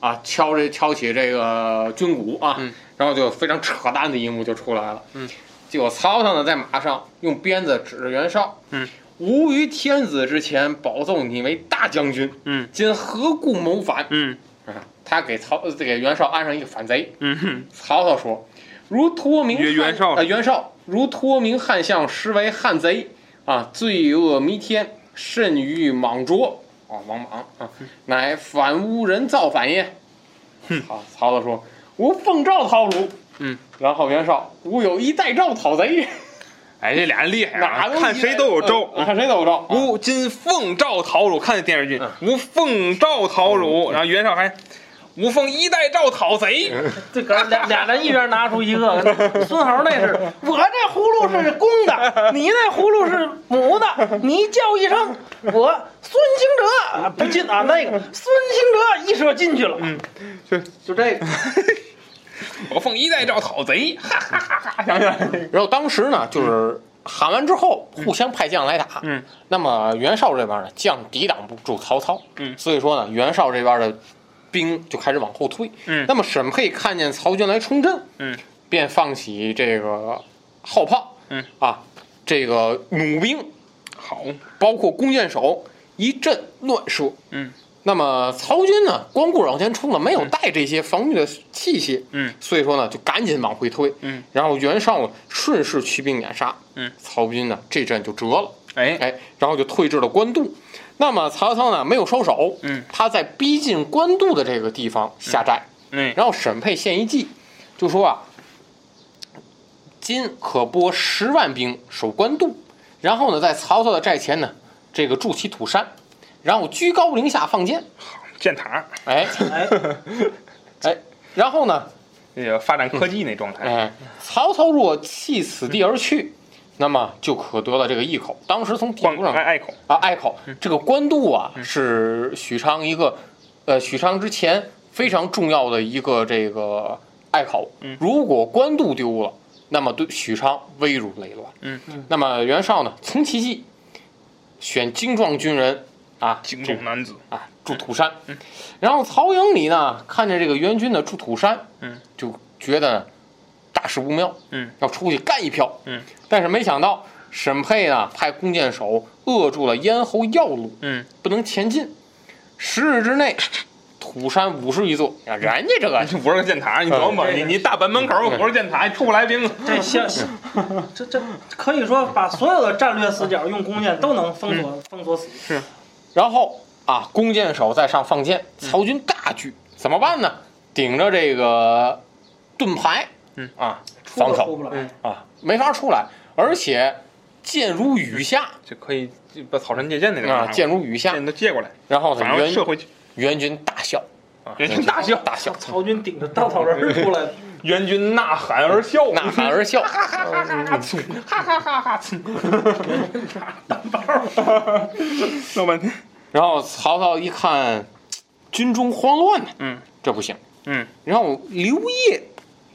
啊，敲这敲起这个军鼓啊
嗯，
然后就非常扯淡的一幕就出来了，
嗯，
结果曹操呢在马上用鞭子指着袁绍，
嗯，
吾于天子之前保奏你为大将军，
嗯
今何故谋反？
嗯
啊，他给曹呃给袁绍安上一个反贼。
嗯哼
曹操说：“如脱名
袁
汉
袁绍
呃袁绍如脱名汉相，实为汉贼啊，罪恶弥天，甚于莽卓。哦，王莽啊，乃反诬人造反也。
哼
好，曹操说：“吾奉诏讨虏。”
嗯，
然后袁绍：“吾有一代诏 讨贼，
哎，这俩人厉害
哪
啊！
都
看谁都有
招
招，。嗯
看谁都有招。啊
吾今奉诏讨虏，看那电视剧
嗯，
吾奉诏讨虏，然后袁绍还，吾奉一代诏讨贼，
这哥俩俩人一边拿出一个，孙猴那是我这葫芦是公的，你那葫芦是母的，你叫一声我孙兴哲啊不进啊那个孙兴哲一射进去了，
就这个。
我奉一代诏讨贼，哈哈哈哈！想起来了，
然后当时呢，就是喊完之后，互相派将来打。
嗯，
那么袁绍这边呢，将抵挡不住曹操。
嗯
所以说呢，袁绍这边的兵就开始往后退。
嗯
那么沈佩看见曹军来冲阵，
嗯，
便放起这个号炮。
嗯，
啊，这个弩兵
好，
包括弓箭手一阵乱射。
嗯
那么曹军呢，光顾着往前冲啊了，没有带这些防御的器械，
嗯，
所以说呢，就赶紧往回推，
嗯，
然后袁绍呢顺势驱兵掩杀，
嗯，
曹军呢这阵就折了，
哎，
哎，然后就退至了官渡。那么曹操呢没有收手，
嗯，
他在逼近官渡的这个地方下寨，
嗯
然后沈佩献一计，就说啊，今可拨十万兵守官渡，然后呢，在曹操的寨前呢，这个筑起土山，然后居高临下放箭，
建塔，
哎
哎，
哎，然后呢，
那个发展科技那状态，
哎，曹操若弃此地而去，那么就可得了这个隘口。当时从地
光
图上
爱隘口，
啊，隘口
嗯
这个官渡啊，是许昌一个，呃，许昌之前非常重要的一个这个隘口
嗯。
如果官渡丢了，那么对许昌危如累卵。
嗯
那么袁绍呢，从其计，选精壮军人啊，
精
这
壮男子，
啊，筑土山。然后曹营里呢，看着这个援军的筑土山，
嗯，
就觉得大事不妙，
嗯，
要出去干一票，
嗯。
但是没想到沈佩呢，派弓箭手扼住了咽喉要路，
嗯，
不能前进。十日之内，土山五十余座。啊人家这个
你不是个建塔，你琢磨，
嗯
你你大本门口有不是建塔，还出不来兵，
这像这这可以说把所有的战略死角用弓箭都能封锁封锁死，
然后啊，弓箭手在上放箭，
嗯
曹军大惧，怎么办呢？顶着这个盾牌，
嗯
啊，
出
防
都
守
出不来
嗯，
啊，没法出来，而且箭如雨下
就可以把草船借箭那个嗯
啊，箭如雨下
箭，都借过来，
然后
反正
援
射回去，
援军大笑，
援啊军大笑，
大笑，
曹军顶着稻草人儿出来了。
援军呐喊而笑，
呐喊而笑，
哈哈哈哈！闹半天，
然后曹操一看，军中慌乱呢，
嗯
这不行。
嗯
然后刘烨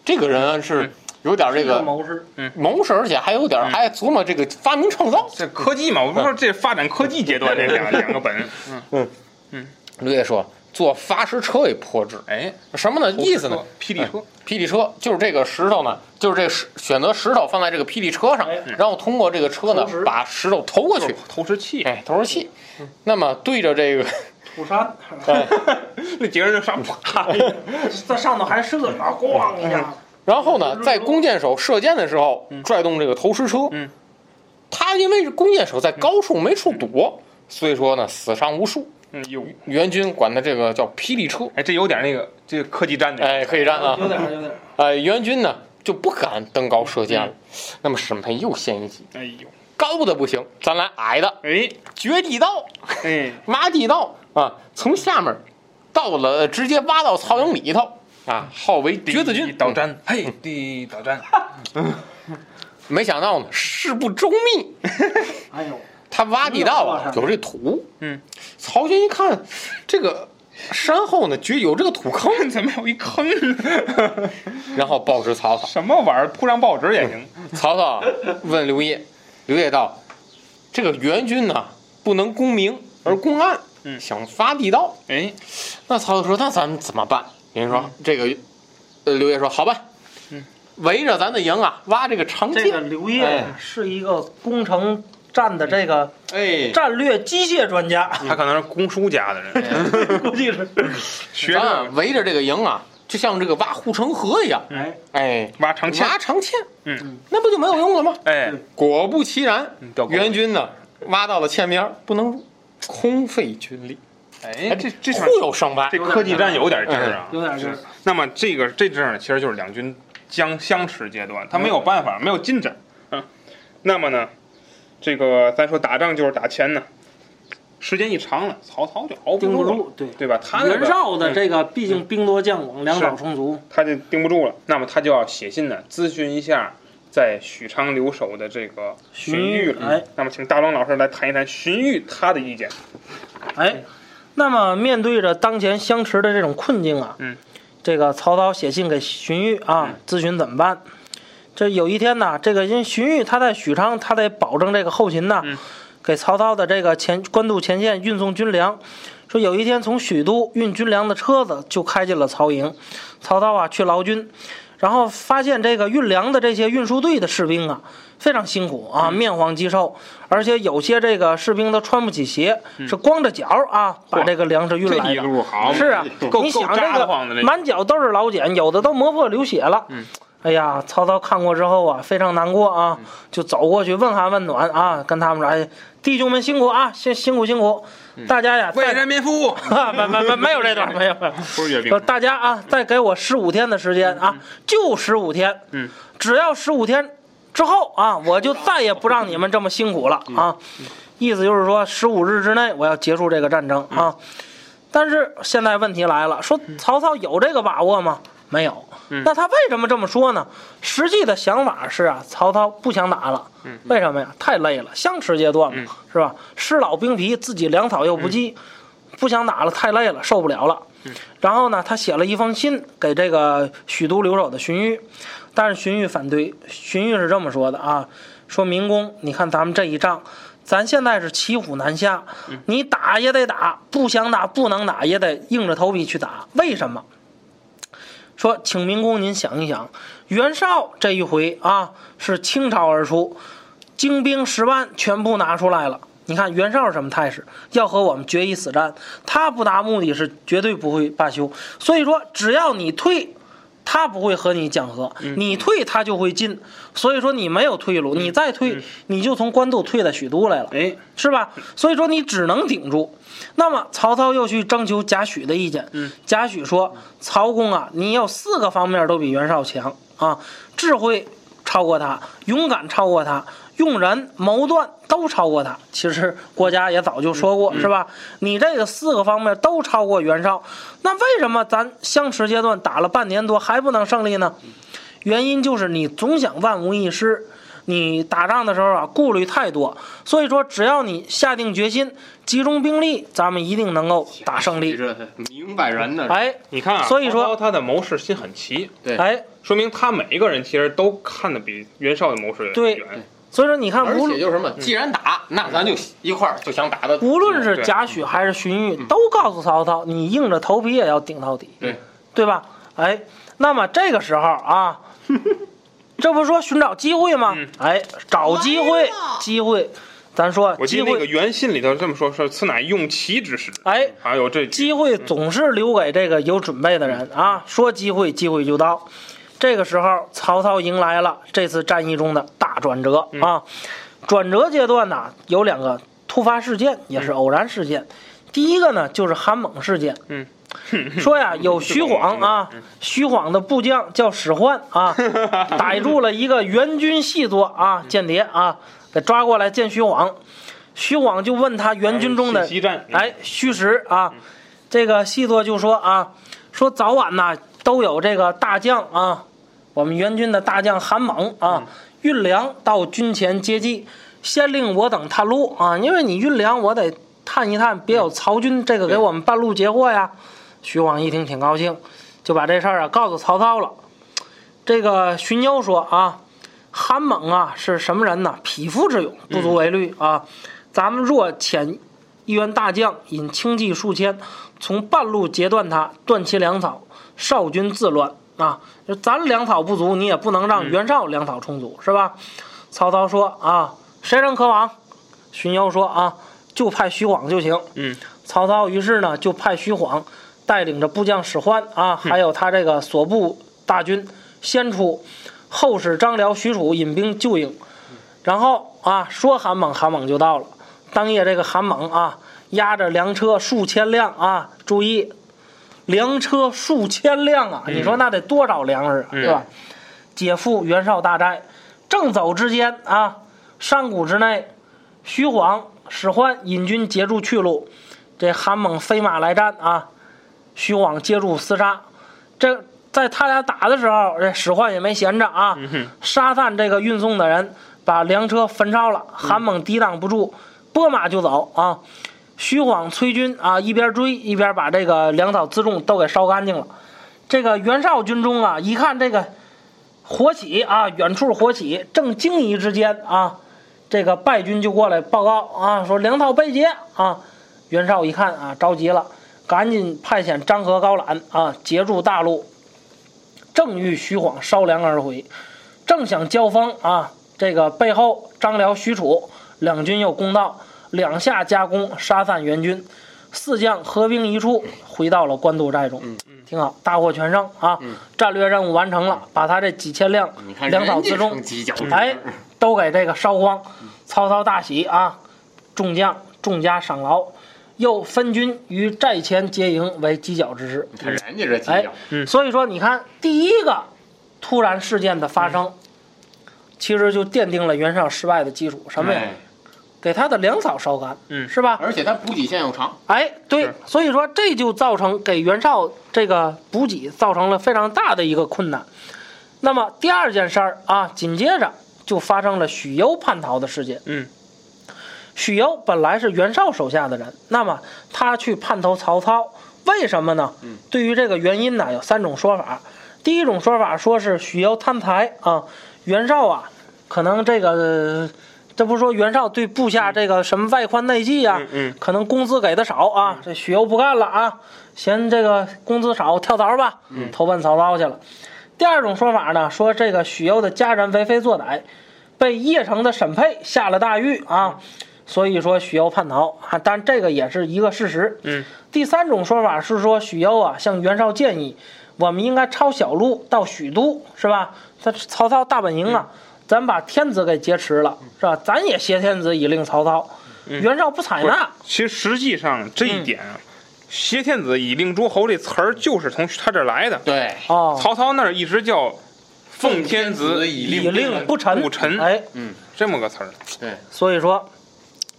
这个人啊是有点这个
谋士，
谋士，而且还有点
嗯
还琢磨这个发明创造。
这科技嘛，我不是说这发展科技阶段这 两两个本，嗯，
刘烨说：“做发石车为破制，
哎，
什么呢？意思呢？
霹雳车，
霹雳车就是这个石头呢，就是这石选择石头放在这个霹雳车上
哎，
然后通过这个车呢
投石
把石头投过
就是
去，
投石器，
哎，投石器。那么对着这个，
土山，
哎
那几个人就上 啪，
在上头还射，然后咣一下，
然后呢，在弓箭手射箭的时候拽动这个投石车
嗯，
他因为是弓箭手在高处没处躲，所以说呢死伤无数。
嗯有，
援军管它这个叫霹雳车，
哎，这有点那个这个科技战的，
哎，可以站啊。
有点儿有点儿。
呃，援军呢就不敢登高射箭了。那么沈培又献一计，
哎呦，
高的不行，咱来矮的，
哎
掘地道，
哎，
挖地道啊，从下面到了，呃直接挖到曹营里头啊，号为
第
决子
一
军。
导
嗯
战，嘿，第一导战，
没想到呢，事不周密，
哎呦，
他挖地道啊
嗯，
有这土。
嗯，
曹军一看，这个山后呢，觉有这个土坑，
怎么有一 坑？
然后报之曹操。
什么玩意儿？铺张报纸也行，
曹操问刘烨，刘烨道：“这个援军呢，不能攻明而攻暗，
嗯
想发地道。
哎，”
那曹操说：“那咱们怎么办？”人家说：“这个，呃，刘烨说好办，
嗯
围着咱的营啊，挖这个长
这个哎
涧。
刘烨是一个工程战的这个
哎，
战略机械专家，
他可能是公输家的人，
估计是。
嗯学
咱啊
着
围着这个营啊，就像这个挖护城河一样。
哎，
哎，
挖长堑，
挖长堑，
嗯，
那不就没有用了吗？
哎，
果不其然
嗯掉，沟里
援军呢，挖到了堑边儿不能入。空费军力，
哎，这这场
互有胜败
这。科技战有点劲儿啊，
有点劲儿
是。那么这个这阵儿呢，其实就是两军僵相持阶段，他没有办法，没有进展。嗯，那么呢，这个咱说打仗就是打钱呢，时间一长了，曹操就熬
盯
不
不
了，
住，对。
对吧？他那
袁
个
绍的
嗯
这个嗯毕竟兵多将广，粮
是
草充足，
他就盯不住了，那么他就要写信呢，咨询一下在许昌留守的这个荀彧了。
荀彧哎
那么请大龙老师来谈一谈荀彧他的意见。
哎，那么面对着当前相持的这种困境啊，
嗯，
这个曹操写信给荀彧啊，咨询怎么办。这有一天呢，这个因为荀彧他在许昌，他得保证这个后勤呐，
嗯
给曹操的这个前官渡前线运送军粮。说有一天从许都运军粮的车子就开进了曹营，曹操啊去劳军，然后发现这个运粮的这些运输队的士兵啊非常辛苦
嗯
啊，面黄肌瘦，而且有些这个士兵都穿不起鞋，是光着脚啊把
嗯嚯
这个粮食运
这
来
一
的。
路好
是啊，
够
你
够
想
扎
这
得
个
慌的这个。
满脚都是老茧，有的都磨破流血了。
嗯，
哎呀，曹操看过之后啊，非常难过啊，就走过去问寒问暖啊，跟他们说：“哎，弟兄们辛苦啊，辛辛苦辛苦，大家呀，
嗯为
再啊
人民服务，
没没没没有 这段，没有没有。”
不是阅兵
说。大家啊，再给我十五天的时间啊，就十五天，
嗯，
只要十五天之后啊，我就再也不让你们这么辛苦了啊。意思就是说，十五日之内我要结束这个战争啊。但是现在问题来了，说曹操有这个把握吗？没有。那他为什么这么说呢？实际的想法是啊，曹操不想打了。为什么呀？太累了，相持阶段嘛，是吧？师老兵疲，自己粮草又不济，不想打了，太累了，受不了了。然后呢，他写了一封信给这个许都留守的荀彧，但是荀彧反对。荀彧是这么说的啊，说明公，你看咱们这一仗，咱现在是骑虎难下，你打也得打，不想打不能打也得硬着头皮去打。为什么？说，请明公您想一想，袁绍这一回啊是倾巢而出，精兵十万全部拿出来了。你看袁绍是什么态势？要和我们决一死战，他不达目的是绝对不会罢休。所以说，只要你退，他不会和你讲和；你退，他就会进。所以说，你没有退路，你再退，你就从官渡退到许都来了。
哎，
是吧？所以说你只能顶住。那么曹操又去征求贾诩的意见，贾诩说：“曹公啊，你有四个方面都比袁绍强啊，智慧超过他，勇敢超过他，用人谋断都超过他。其实国家也早就说过，是吧？你这个四个方面都超过袁绍，那为什么咱相持阶段打了半年多还不能胜利呢？原因就是你总想万无一失，你打仗的时候啊顾虑太多，所以说只要你下定决心，集中兵力，咱们一定能够打胜
嗯
利。
这明摆然的，
哎
你看啊，
所以说
曹操他的谋士心很齐，
对，
哎，
说明他每一个人其实都看得比袁绍的谋士远。
对所以说你看，
而
无
且
论
就是什么，既然打，那咱就一块儿就想打的，嗯
无论是
对嗯
贾诩还是荀彧，都告诉曹操，你硬着头皮也要顶到底。
对，
对吧？哎，那么这个时候啊， 这不说寻找机会吗？
嗯
哎，找机会，机会，咱说
我记
机
得那个
会，
原信里头这么说，说此乃用奇之时，
哎，
还有这 句
机会总是留给这个有准备的人啊。说机会，机会就到。这个时候，曹操迎来了这次战役中的大转折啊！转折阶段呢，有两个突发事件，也是偶然事件。第一个呢，就是韩猛事件。
嗯，
说呀，有徐晃啊，徐晃的部将叫史涣啊，逮住了一个援军细作啊，间谍啊，给抓过来见徐晃。徐晃就问他援军中的
信息战，嗯
哎，虚实啊，这个细作就说啊，说早晚呐都有这个大将啊，我们援军的大将韩猛啊，运粮到军前接济，先令我等探路啊，因为你运粮，我得探一探，别有曹军这个给我们半路截获呀。徐晃一听挺高兴，就把这事儿啊告诉曹操了。这个荀攸说啊，韩猛啊是什么人呢？匹夫之勇，不足为虑啊。咱们若遣一员大将，引轻骑数千，从半路截断他，断其粮草，少军自乱啊！就咱粮草不足，你也不能让袁绍粮草充足，是吧？曹操说啊，谁人可往？荀攸说啊，就派徐晃就行。
嗯，
曹操于是呢就派徐晃带领着部将史涣啊，还有他这个所部大军先出，后使张辽、许褚引兵救应，然后啊说韩猛，韩猛就到了。当夜这个韩猛啊压着粮车数千辆啊！注意，粮车数千辆啊！你说那得多少粮食啊，
嗯
是吧？解赴袁绍大寨，正走之间啊，山谷之内，徐晃、史欢引军截住去路，这韩猛飞马来战啊！徐晃接住厮杀，这在他俩打的时候，这史涣也没闲着啊，
嗯
杀散这个运送的人，把粮车焚烧了。韩猛抵挡不住，拨马就走啊。徐晃催军啊，一边追一边把这个粮草辎重都给烧干净了。这个袁绍军中啊，一看这个火起啊，远处火起，正惊疑之间啊，这个败军就过来报告啊，说粮草被劫啊。袁绍一看啊，着急了，赶紧派遣张合、高览啊截住大路，正欲徐晃烧粮而回，正想交锋啊，这个背后张辽、许褚两军又攻到，两下夹攻，杀散援军，四将合兵一处，回到了官渡寨中。挺好，大获全胜啊！战略任务完成了，把他这几千辆
哦你看
粮草
人
辎
家
重
成犄角之
哎，都给这个烧光。曹操大喜啊，众将重加赏劳，又分军于寨前结营为犄角之势。
看人家这犄
哎
角，，
所以说你看第一个突然事件的发
嗯
生，其实就奠定了袁绍失败的基础。什么呀？
哎，
给他的粮草烧干，
嗯
是吧？
而且他补给线又长，
哎，对
是，
所以说这就造成给袁绍这个补给造成了非常大的一个困难。那么第二件事儿啊，紧接着就发生了许攸叛逃的事件。
嗯，
许攸本来是袁绍手下的人，那么他去叛投曹操，为什么呢？
嗯
对于这个原因呢，有三种说法。第一种说法说是许攸贪财啊，袁绍啊，可能这个呃这不是说袁绍对部下这个什么外宽内忌啊，
嗯嗯
可能工资给的少啊，这许攸不干了啊，嫌这个工资少，跳槽吧，
嗯
投奔曹操去了。第二种说法呢，说这个许攸的家人为非作歹，被邺城的沈佩下了大狱
嗯
啊，所以说许攸叛逃啊，但这个也是一个事实。
嗯，
第三种说法是说许攸啊向袁绍建议，我们应该抄小路到许都，是吧？他曹操大本营啊，
嗯
咱把天子给劫持了，是吧？咱也挟天子以令曹操。
嗯
袁绍不采纳，
其实实际上这一点啊，挟天子以令诸侯”这词儿就是从他这儿来的。
对，
哦，
曹操那儿一直叫“奉天
子
子
以
以令不臣，
不臣
哎，”
这么个词儿。
嗯对，
所以说，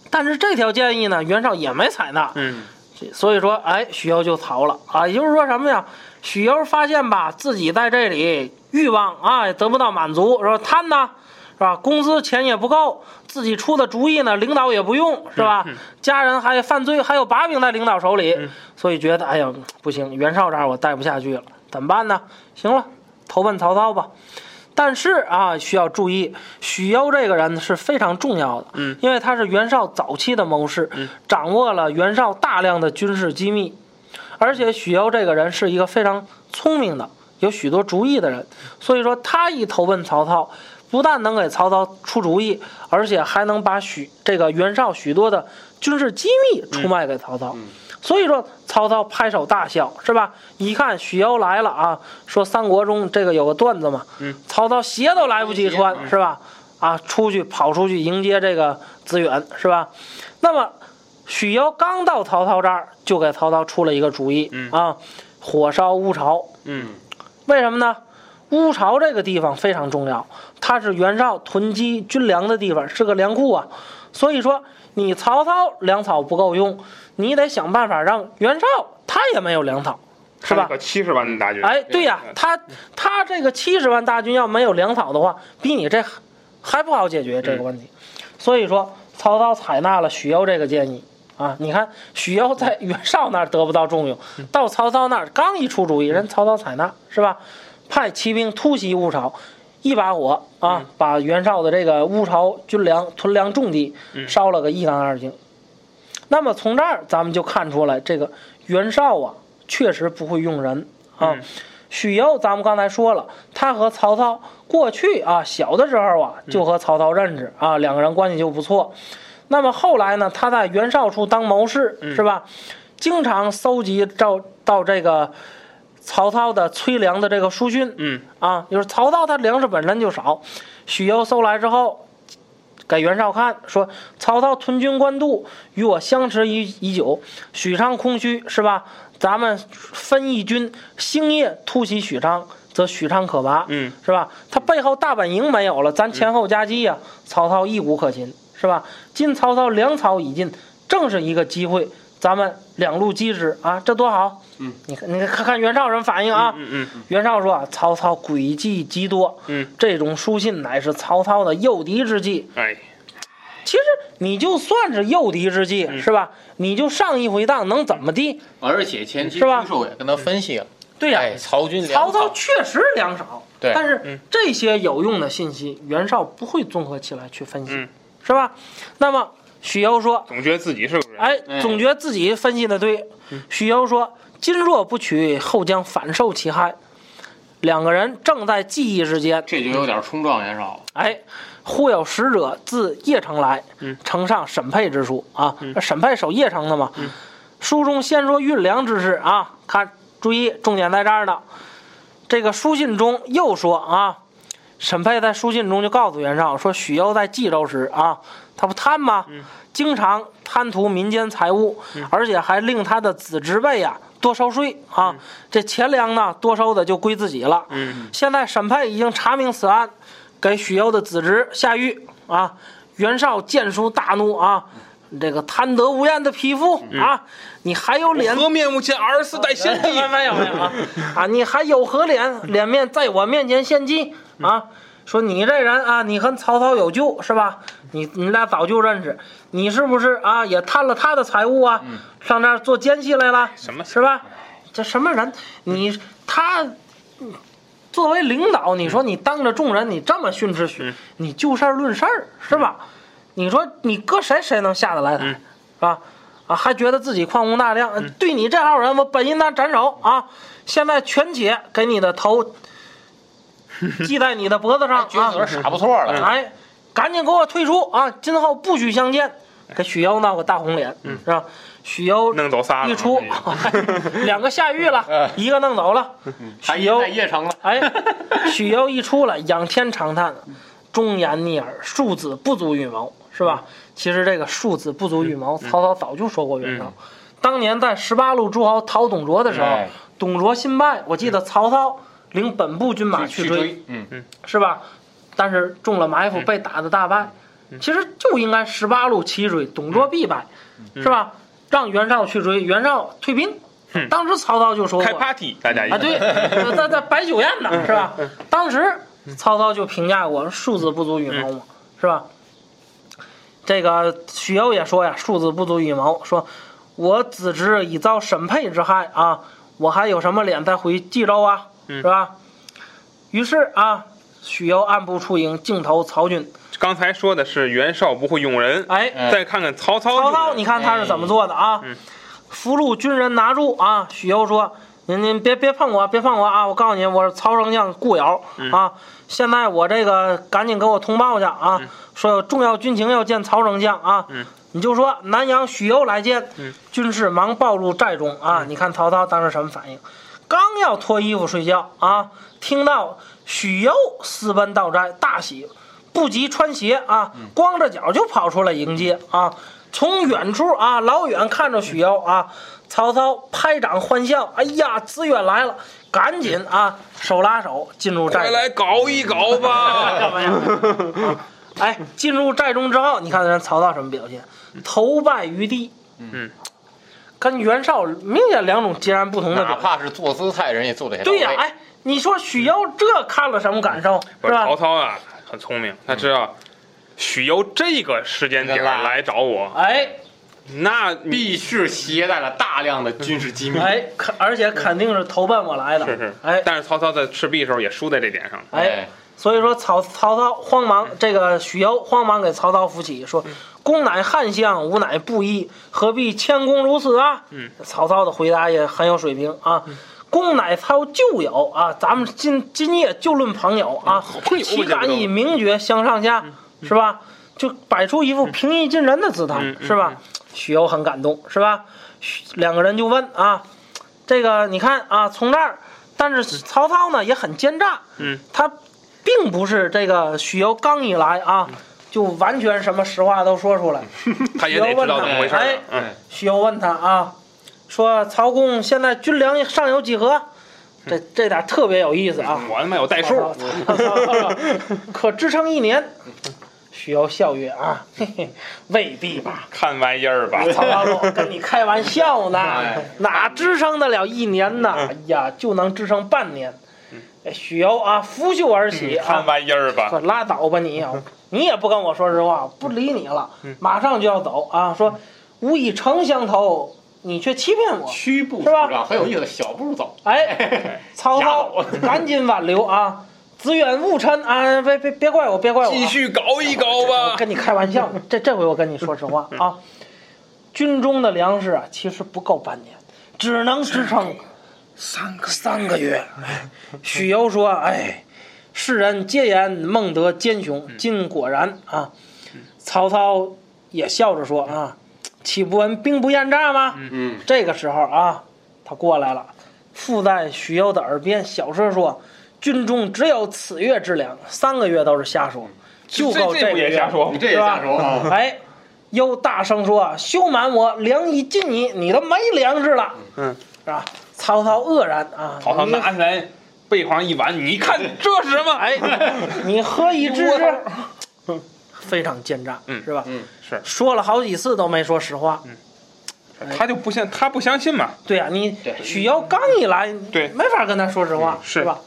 但是这条建议呢，袁绍也没采纳，
嗯
所以说，哎，许攸就逃了啊。也就是说什么呀？许攸发现吧，自己在这里欲望啊也得不到满足，然后贪呢，是吧？工资钱也不够，自己出的主意呢，领导也不用，是吧？家人还犯罪，还有把柄在领导手里，所以觉得哎呀不行，袁绍这儿我待不下去了，怎么办呢？行了，投奔曹操吧。但是啊，需要注意，许攸这个人是非常重要的，
嗯，
因为他是袁绍早期的谋士，掌握了袁绍大量的军事机密，而且许攸这个人是一个非常聪明的、有许多主意的人，所以说他一投奔曹操，不但能给曹操出主意，而且还能把许这个袁绍许多的军事机密出卖给曹操。所以说，曹操拍手大笑，是吧？一看许攸来了啊，说三国中这个有个段子嘛，曹操鞋都来不及穿，是吧？啊，出去跑出去迎接这个子远，是吧？那么许攸刚到曹操这儿，就给曹操出了一个主意、啊，火烧乌巢。
嗯
为什么呢？乌巢这个地方非常重要，它是袁绍囤积军粮的地方，是个粮库啊。所以说，你曹操粮草不够用，你得想办法让袁绍他也没有粮草，是吧
他那？个七十万的大军，
哎，对呀、
嗯
他他这个七十万大军要没有粮草的话，比你这还还不好解决
嗯
这个问题。所以说，曹操采纳了许攸这个建议啊。你看，许攸在袁绍那儿得不到重用，
嗯
到曹操那儿刚一出主意，人曹操采纳是吧？派骑兵突袭乌巢，一把火啊，把袁绍的这个乌巢军粮屯粮重地烧了个一干二净。那么从这儿咱们就看出来，这个袁绍啊，确实不会用人啊。许攸，咱们刚才说了，他和曹操过去啊，小的时候啊，就和曹操认识啊，两个人关系就不错。那么后来呢，他在袁绍处当谋士，是吧？经常搜集到到这个曹操的催粮的这个书信，
嗯
啊，就是曹操他粮食本身就少，许攸搜来之后，给袁绍看，说曹操屯军官渡，与我相持已已久，许昌空虚，是吧？咱们分一军，星夜突袭许昌，则许昌可拔，
嗯，
是吧？他背后大本营没有了，咱前后夹击呀、曹操一无可擒，是吧？今曹操粮草已尽，正是一个机会，咱们两路击之啊，这多好！
嗯，
你看，你看，看看袁绍什么反应啊？
嗯嗯
袁绍说啊，曹操诡计极多，
嗯，
这种书信乃是曹操的诱敌之计。
哎，
其实你就算是诱敌之计，是吧？你就上一回当能怎么地？
而且前期
是吧
出售也
跟他分析了。
对呀、
哎，曹军粮
曹操
草
确实粮少，
对
但是这些有用的信息，袁绍不会综合起来去分析，
嗯
是吧？那么许攸说，
总觉得自己是个人，
哎，
哎
总觉得自己分析的对。许攸说：“今若不取，后将反受其害。”两个人正在记忆之间，
这就有点冲撞袁绍了。
哎，忽有使者自邺城来，呈上审配之书啊。审配守邺城的嘛。书中先说运粮之事啊，看注意重点在这儿呢。这个书信中又说啊，沈佩在书信中就告诉袁绍说，许攸在冀州时啊，他不贪吗？经常贪图民间财物，而且还令他的子侄辈呀多收税啊。这钱粮呢，多收的就归自己了。
嗯
现在沈佩已经查明此案，给许攸的子侄下狱啊。袁绍见书大怒啊，这个贪得无厌的匹夫啊，你还有脸
何面目前而死待先帝？
没有没有啊啊！你还有何脸脸面在我面前献计啊？说你这人啊，你和曹操有旧是吧？你你俩早就认识，你是不是啊？也贪了他的财物啊？上这儿做奸细来了？
嗯什么
是吧？这什么人？你他嗯作为领
嗯
导，你说你当着众人你这么训斥许，你就事儿论事儿是吧？
嗯
你说你搁谁谁能下得来台、是吧？啊，还觉得自己宽宏大量，呃对你这号人，我本应当斩首啊！现在全且给你的头系在你的脖 子上
觉得
啊
有！点傻不错
嗯
了。
哎，赶紧给我退出啊！今后不许相见。给许攸闹个大红脸，是吧？许攸
弄走仨了
一出， 两个下狱了，一个弄走了。
嗯
他
许
已经
攸
在邺城了，
哎，许攸一出来，仰天长叹：“忠言逆耳，庶子不足与谋，是吧？”其实这个“庶子不足与谋”，曹操早就说过袁绍。当年在十八路诸侯讨董卓的时候
哎，
董卓新败，我记得曹操领本部军马嗯去
去
追，，嗯
嗯，
是吧？但是中了埋伏，被打的大败。其实就应该十八路齐追，董卓必败，是吧？让袁绍去追，袁绍退兵。当时曹操就说过
开 party，大家一
啊，
起
对，呃在在摆酒宴呢，是吧？当时曹操就评价过“庶子不足与谋”嘛，是吧？这个许攸也说呀，“庶子不足与谋”，说我子侄已遭沈佩之害啊，我还有什么脸再回冀州啊？是吧？于是啊，许攸按部出营，径投曹军。
刚才说的是袁绍不会用人，
哎，
再看看曹操用
曹
人。
操，你看他是怎么做的啊？俘虏军人拿住啊！许攸说：“您您别别碰我，别碰我啊！我告诉您，我是曹丞相顾尧啊！现在我这个赶紧给我通报去啊！说有重要军情要见曹丞相啊！你就说南阳许攸来见，军士忙报入寨中啊！你看曹操当时什么反应？刚要脱衣服睡觉啊，听到许攸私奔到寨，大喜，不及穿鞋啊，光着脚就跑出来迎接啊。从远处啊，老远看着许攸啊，曹操拍掌欢笑，哎呀，子远来了，赶紧啊，手拉手进入寨
快
中。
来搞一搞吧！
干 嘛呀？哎，进入寨中之后，你看人曹操什么表现？头拜于地。
嗯，
跟袁绍明显两种截然不同的
哪
表现。
怕是坐姿态，人也做得很到
对呀、
位
哎，你说许攸这看了什么感受？
不是
是吧
曹？操啊，很聪明，他知道许攸这个时间点儿来找我，
哎
那必
必是携带了大量的军事机密。
哎，肯而且肯定是投奔我来的。
是是。
哎
但是曹操在赤壁的时候也输在这点上了。
哎，所以说曹曹操慌忙，
嗯
这个许攸慌忙给曹操扶起，说：“公乃汉相，吾乃布衣，何必谦恭如此啊？”嗯，曹操的回答也很有水平啊。
嗯
公乃操旧友啊，咱们今今夜就论朋友啊，
嗯朋友
岂
我觉得
敢以名爵相上下，
嗯
是吧？就摆出一副平易近人的姿态，
嗯嗯
是吧？许攸很感动，是吧？许两个人就问啊，这个你看啊，从这儿，但是曹操呢也很奸诈，
嗯，
他并不是这个许攸刚一来啊，就完全什么实话都说出来。
他也得知道怎么回事儿
哎
啊。嗯，
需要问他啊，说曹公现在军粮上有几何？这这点特别有意思啊。
我他妈有代数，
可支撑一年。需要笑曰啊， 嘿嘿，未必 吧。
看玩意儿吧。
曹操说：“跟你开玩笑呢
哎，
哪支撑得了一年呢？哎呀，就能支撑半年。”哎许攸啊，拂袖而起
嗯看
啊，
玩意儿吧。
可拉倒 吧你啊！你也不跟我说实话，不理你了，
嗯
马上就要走啊！说吾以诚相投，你却欺骗我，
嗯
屈步
是吧
主张很有意思，小步走。
哎，曹操赶紧挽留啊！子远勿嗔啊！别别别怪我，别怪我啊、
继续搞一搞
我
吧，
跟你开玩 笑，这这回我跟你说实话
嗯
啊，军中的粮食啊，其实不够半年，只能支撑三个三个月。哎许攸说：“哎，世人皆言孟德奸雄，
嗯
今果然啊。”曹操也笑着说：“啊，岂不闻兵不厌诈吗？”
嗯，
这个时候啊，他过来了，附在许攸的耳边小声说：“军中只有此月之粮，三个月都是瞎说，就够
啊这这
个
不
月。
也瞎说
你？这也瞎说啊！
哎，又大声说：“休瞒我，粮已尽矣，你都没粮食了。”
嗯，
是吧？曹操愕然啊！
曹操
你
拿起来背皇一碗，你看这是什么？哎，
你何以知
窝头
之
儿？
非常奸诈，
嗯
是吧？
嗯
是嗯
说了好几次都没说实话。
他就不相他不相信嘛。
对啊，你
对
许攸刚一来，
对嗯
没法跟他说实话，
是
吧？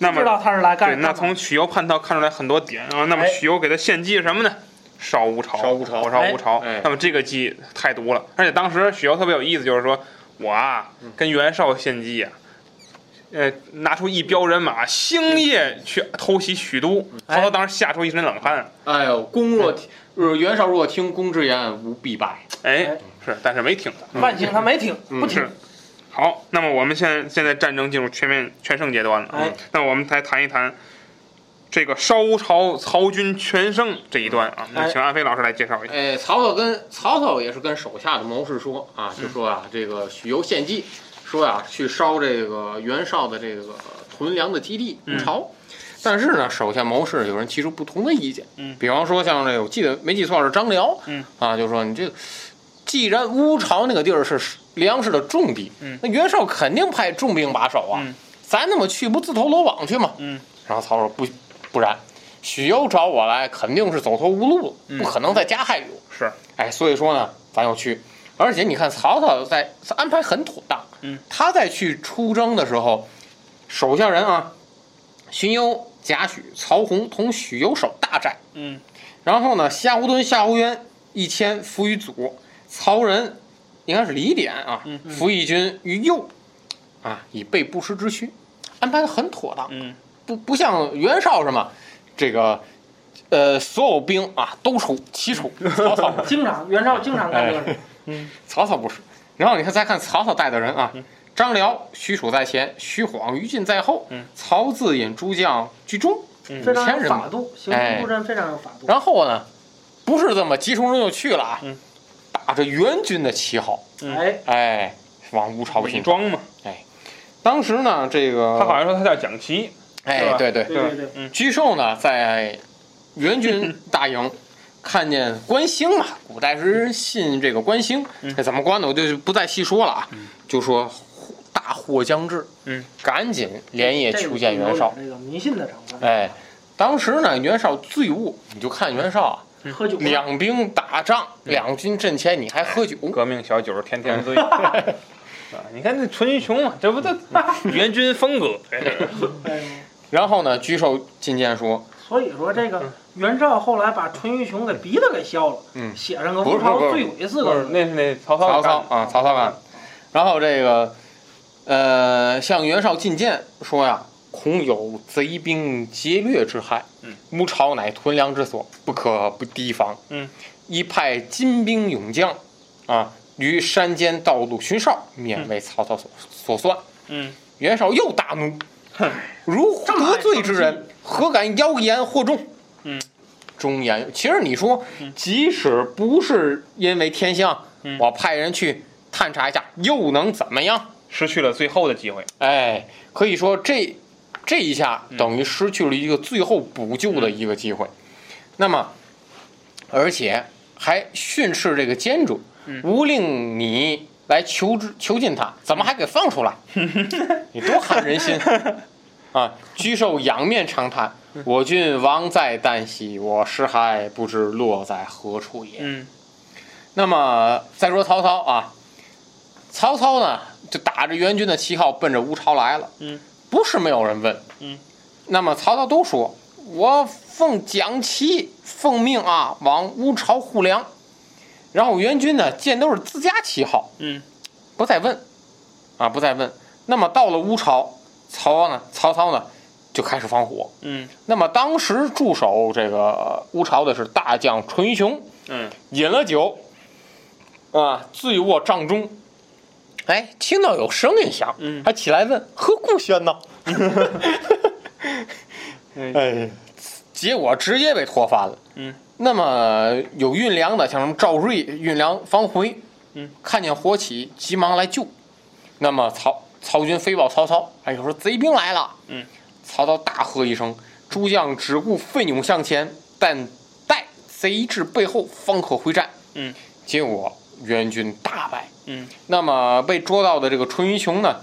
那
不知道
么
他是来干
对，
什么
那
的。
从许攸叛逃看出来很多点啊。那么
哎
许攸给他献计是什么呢？烧乌巢，
烧乌巢
火烧
哎
乌巢
哎。
那么这个计太毒了，而且当时许攸特别有意思，就是说我啊跟袁绍献计啊。呃，拿出一彪人马，星夜去偷袭许都。
哎
曹操当时吓出一身冷汗。
哎呦，公若听呃袁绍若听公之言，吾必败。
哎，是，但是没挺他。
万幸他没挺，不挺
嗯是。好，那么我们现在现在战争进入全面全胜阶段了。
哎
嗯，那我们来谈一谈这个烧朝曹军全胜这一段啊。那
哎
请安飞老师来介绍一下。
哎，曹操跟曹操也是跟手下的谋士说啊，就说啊，这个许攸献计，说
啊
呀、去烧这个袁绍的这个屯粮的基地
嗯
巢。
但是呢，手下谋士有人提出不同的意见，
嗯
比方说像这个，我记得没记错是张辽，
嗯，
啊，就说你这个，既然乌巢那个地儿是粮食的重地，
嗯
那袁绍肯定派重兵把守啊，
嗯
咱那么去不自投罗网去吗？
嗯，
然后曹操说不不然，许攸找我来肯定是走投无路
嗯
了，不可能再加害于我，
是，
哎，所以说呢，咱要去。而且你看，曹操在他安排很妥当。
嗯，
他在去出征的时候，手下人啊，荀攸、贾诩、曹洪同许攸守大寨。
嗯
然后呢，夏侯惇、夏侯渊一千伏于左，曹仁应该是李典啊
嗯，
伏一军于右，啊，以备不时之需，安排的很妥当。
嗯，
不不像袁绍什么，这个呃，所有兵啊都出齐出，曹操不是
经常袁绍经常干
哎
这个事。
曹操不是。然后你看，再看曹操带的人啊，
嗯
张辽、许褚在前，徐晃、于禁在后，
嗯
曹自引诸将居中，
嗯
非
五
常
千
有
人
法
马。
度，行
哎
军布阵非常有法度。
然后呢，不是这么急冲冲就去了啊，
嗯
打着援军的旗号，
嗯
哎，
哎，往乌巢
伪
进。
装嘛，
当时呢，这
他好
个
像说他叫蒋奇。是
哎
吧，
对对，
对对对，
嗯
沮授呢在援军大营看见关兴嘛，古代是信这个关兴，这怎么关的我就不再细说了啊，就说大祸将至，
嗯，
赶紧连夜
这个
求见袁绍。
有这个迷信的成分，
哎，当时呢，袁绍醉卧，你就看袁绍啊，
喝酒啊
两兵打仗，两军阵前你还喝酒，
革命小酒天天醉。啊，你看这淳于琼嘛，啊这不这元军风格。哎这个
哎
然后呢，沮授进谏说，
所以说这个袁绍后来把淳于琼给鼻子给削了，
嗯
写上个“
不是
乌巢
不是
醉鬼”四
不
个
是，
字。
那是那曹操干
曹操
的
啊，曹操干的。然后这个，呃，向袁绍进谏说呀，恐有贼兵劫掠之害，
嗯，
乌巢乃屯粮之所，不可不提防。
嗯，
一派金兵勇将，啊，于山间道路巡哨，免为曹操所所算。
嗯，
袁绍又大怒，如
这么爱
得罪之人，何敢妖言惑众？
嗯，
忠言。其实你说，即使不是因为天象，
嗯
我派人去探查一下，又能怎么样？
失去了最后的机会。
哎，可以说这这一下等于失去了一个最后补救的一个机会。那么，而且还训斥这个监主，无令你来囚之囚禁他，怎么还给放出来？你多寒人心啊！居受仰面长叹，我郡王在旦夕，我尸骸不知落在何处也。
嗯
那么再说曹操啊，曹操呢就打着援军的旗号奔着乌巢来了。
嗯，
不是没有人问。
嗯，
那么曹操都说：“我奉蒋旗奉命啊，往乌巢护粮。”然后援军呢见都是自家旗号，
嗯
不再问，啊不再问。那么到了乌巢，曹操呢，曹操呢就开始放火。
嗯
那么当时驻守这个乌巢的是大将淳于琼，
嗯
饮了酒，啊，醉卧帐中，哎，听到有声音响，
嗯
还起来问何故喧 闹？哎，结果直接被拖翻了。
嗯，
那么有运粮的，像什么赵瑞、运粮方回，
嗯，
看见火起，急忙来救。那么曹曹军飞报曹操，哎，就说贼兵来了。
嗯，
曹操大喝一声：“诸将只顾奋勇向前，但待贼至背后，方可回战。”
嗯，
结果援军大败。
嗯
那么被捉到的这个淳于琼呢，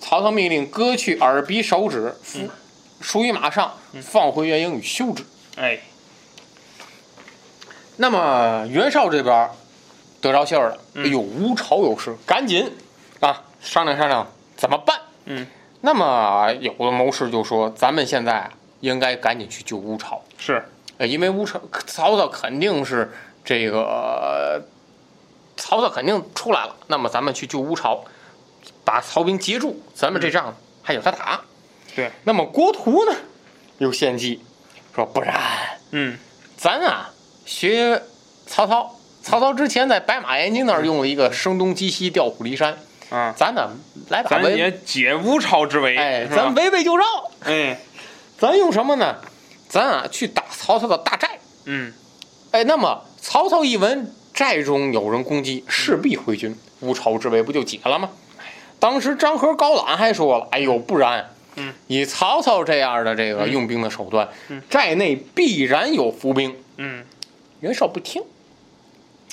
曹操命令割去耳鼻手指，扶
嗯
属于马上，放回原营与休止。
哎
那么袁绍这边儿得着信儿了，哎
嗯
呦，吴朝有事，赶紧啊商量商量怎么办。
嗯，
那么有的谋士就说，咱们现在啊应该赶紧去救吴朝，
是
呃因为吴朝曹操肯定是这个、呃曹操肯定出来了，那么咱们去救吴朝，把曹兵截住，咱们这仗还有他打。
嗯对，
那么郭图呢有献计，说不然。
嗯
咱啊学曹操，曹操之前在白马延津那儿用了一个声东击西、调虎离山，
啊，
咱呢来把
咱
围，
也解乌巢之围，
哎，
是吧
咱围魏救赵，
哎
咱用什么呢？咱啊去打曹操的大寨，
嗯
哎，那么曹操一闻寨中有人攻击，势必回军，乌巢之围不就解了吗？当时张合、高览还说了：“哎呦，不然，
嗯，
以曹操这样的这个用兵的手段，
嗯
寨内必然有伏兵。
嗯，”
袁绍不听，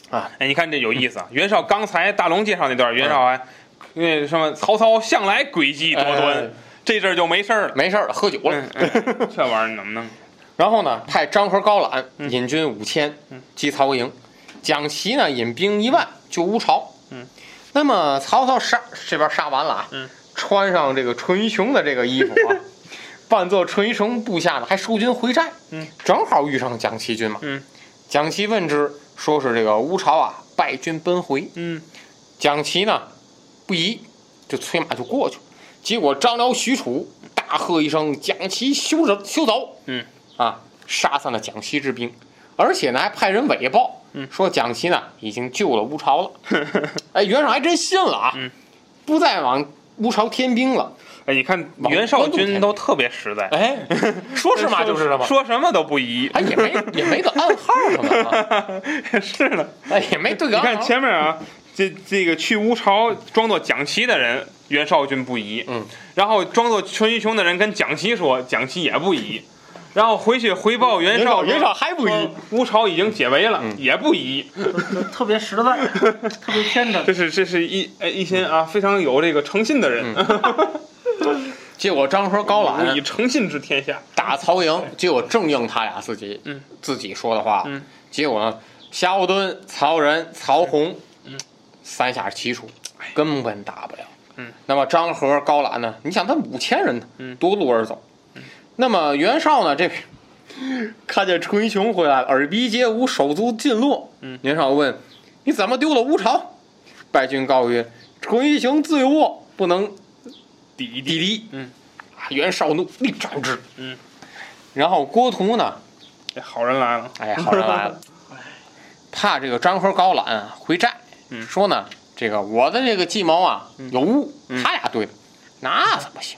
哎，你看这有意思啊！袁绍刚才大龙介绍那段，袁绍
嗯
还那什么，曹操向来诡计多
哎
端，这阵儿就没事儿了。
没事儿了，喝酒了。
嗯，嗯 这玩意儿能不能？
然后呢，派张合、高览
嗯
引军五千击曹营，蒋奇呢引兵一万救乌巢。
嗯，
那么曹操杀这边杀完了啊，
嗯
穿上这个淳于琼的这个衣服 啊，扮作淳于琼部下呢，还收军回寨。
嗯，
正好遇上蒋奇军嘛。
嗯
蒋奇问之，说是这个乌巢啊败军奔回。
嗯
蒋奇呢不疑，就催马就过去。结果张辽、许褚大喝一声：“蒋奇休走，休走！”
嗯
啊，杀散了蒋熙之兵，而且呢还派人伪报，
嗯
说蒋熙呢已经救了乌 巢了。哎，袁绍还真信了啊，
嗯
不再往乌巢添兵了。
哎，你看袁绍军都特别实 在，
哎，说是嘛就是什么，
说什么都不疑。
哎也没也没个暗号什么的啊，
是的，
哎也没对
你
个暗
看
号。
前面啊，这这个去乌巢装作蒋奇的人，袁绍军不疑。
嗯，
然后装作淳于琼的人跟蒋奇说，蒋奇也不疑。然后回去回报袁绍，
袁绍还不疑嗯
说乌巢已经解围了，也不疑。
特别实 在，特别天真。
这是这是一哎一心啊，非常有这个诚信的人，
嗯结果张合、高览
以诚信治天下。
打曹营，结果正应他俩自己、
嗯
自己说的话。
嗯
结果呢，夏侯惇、曹仁、曹洪，三下齐楚，根本打不了。
哎嗯，
那么张合、高览呢？你想他五千人呢，
嗯
夺路而走。那么袁绍呢？这边看见淳于琼回来了，耳鼻皆无，手足尽落。
嗯，
袁绍问：“你怎么丢了乌巢？”败军告曰：“淳于琼醉卧，不能
抵
抵
抵
敌。”
嗯，
啊，袁绍怒，力斩之。
嗯，
然后郭图呢？
这好人来了，
哎，好人来了，怕这个张合、高览啊回寨，
嗯
说呢，这个我的这个计谋啊有误，
嗯
他俩对的，那怎么行？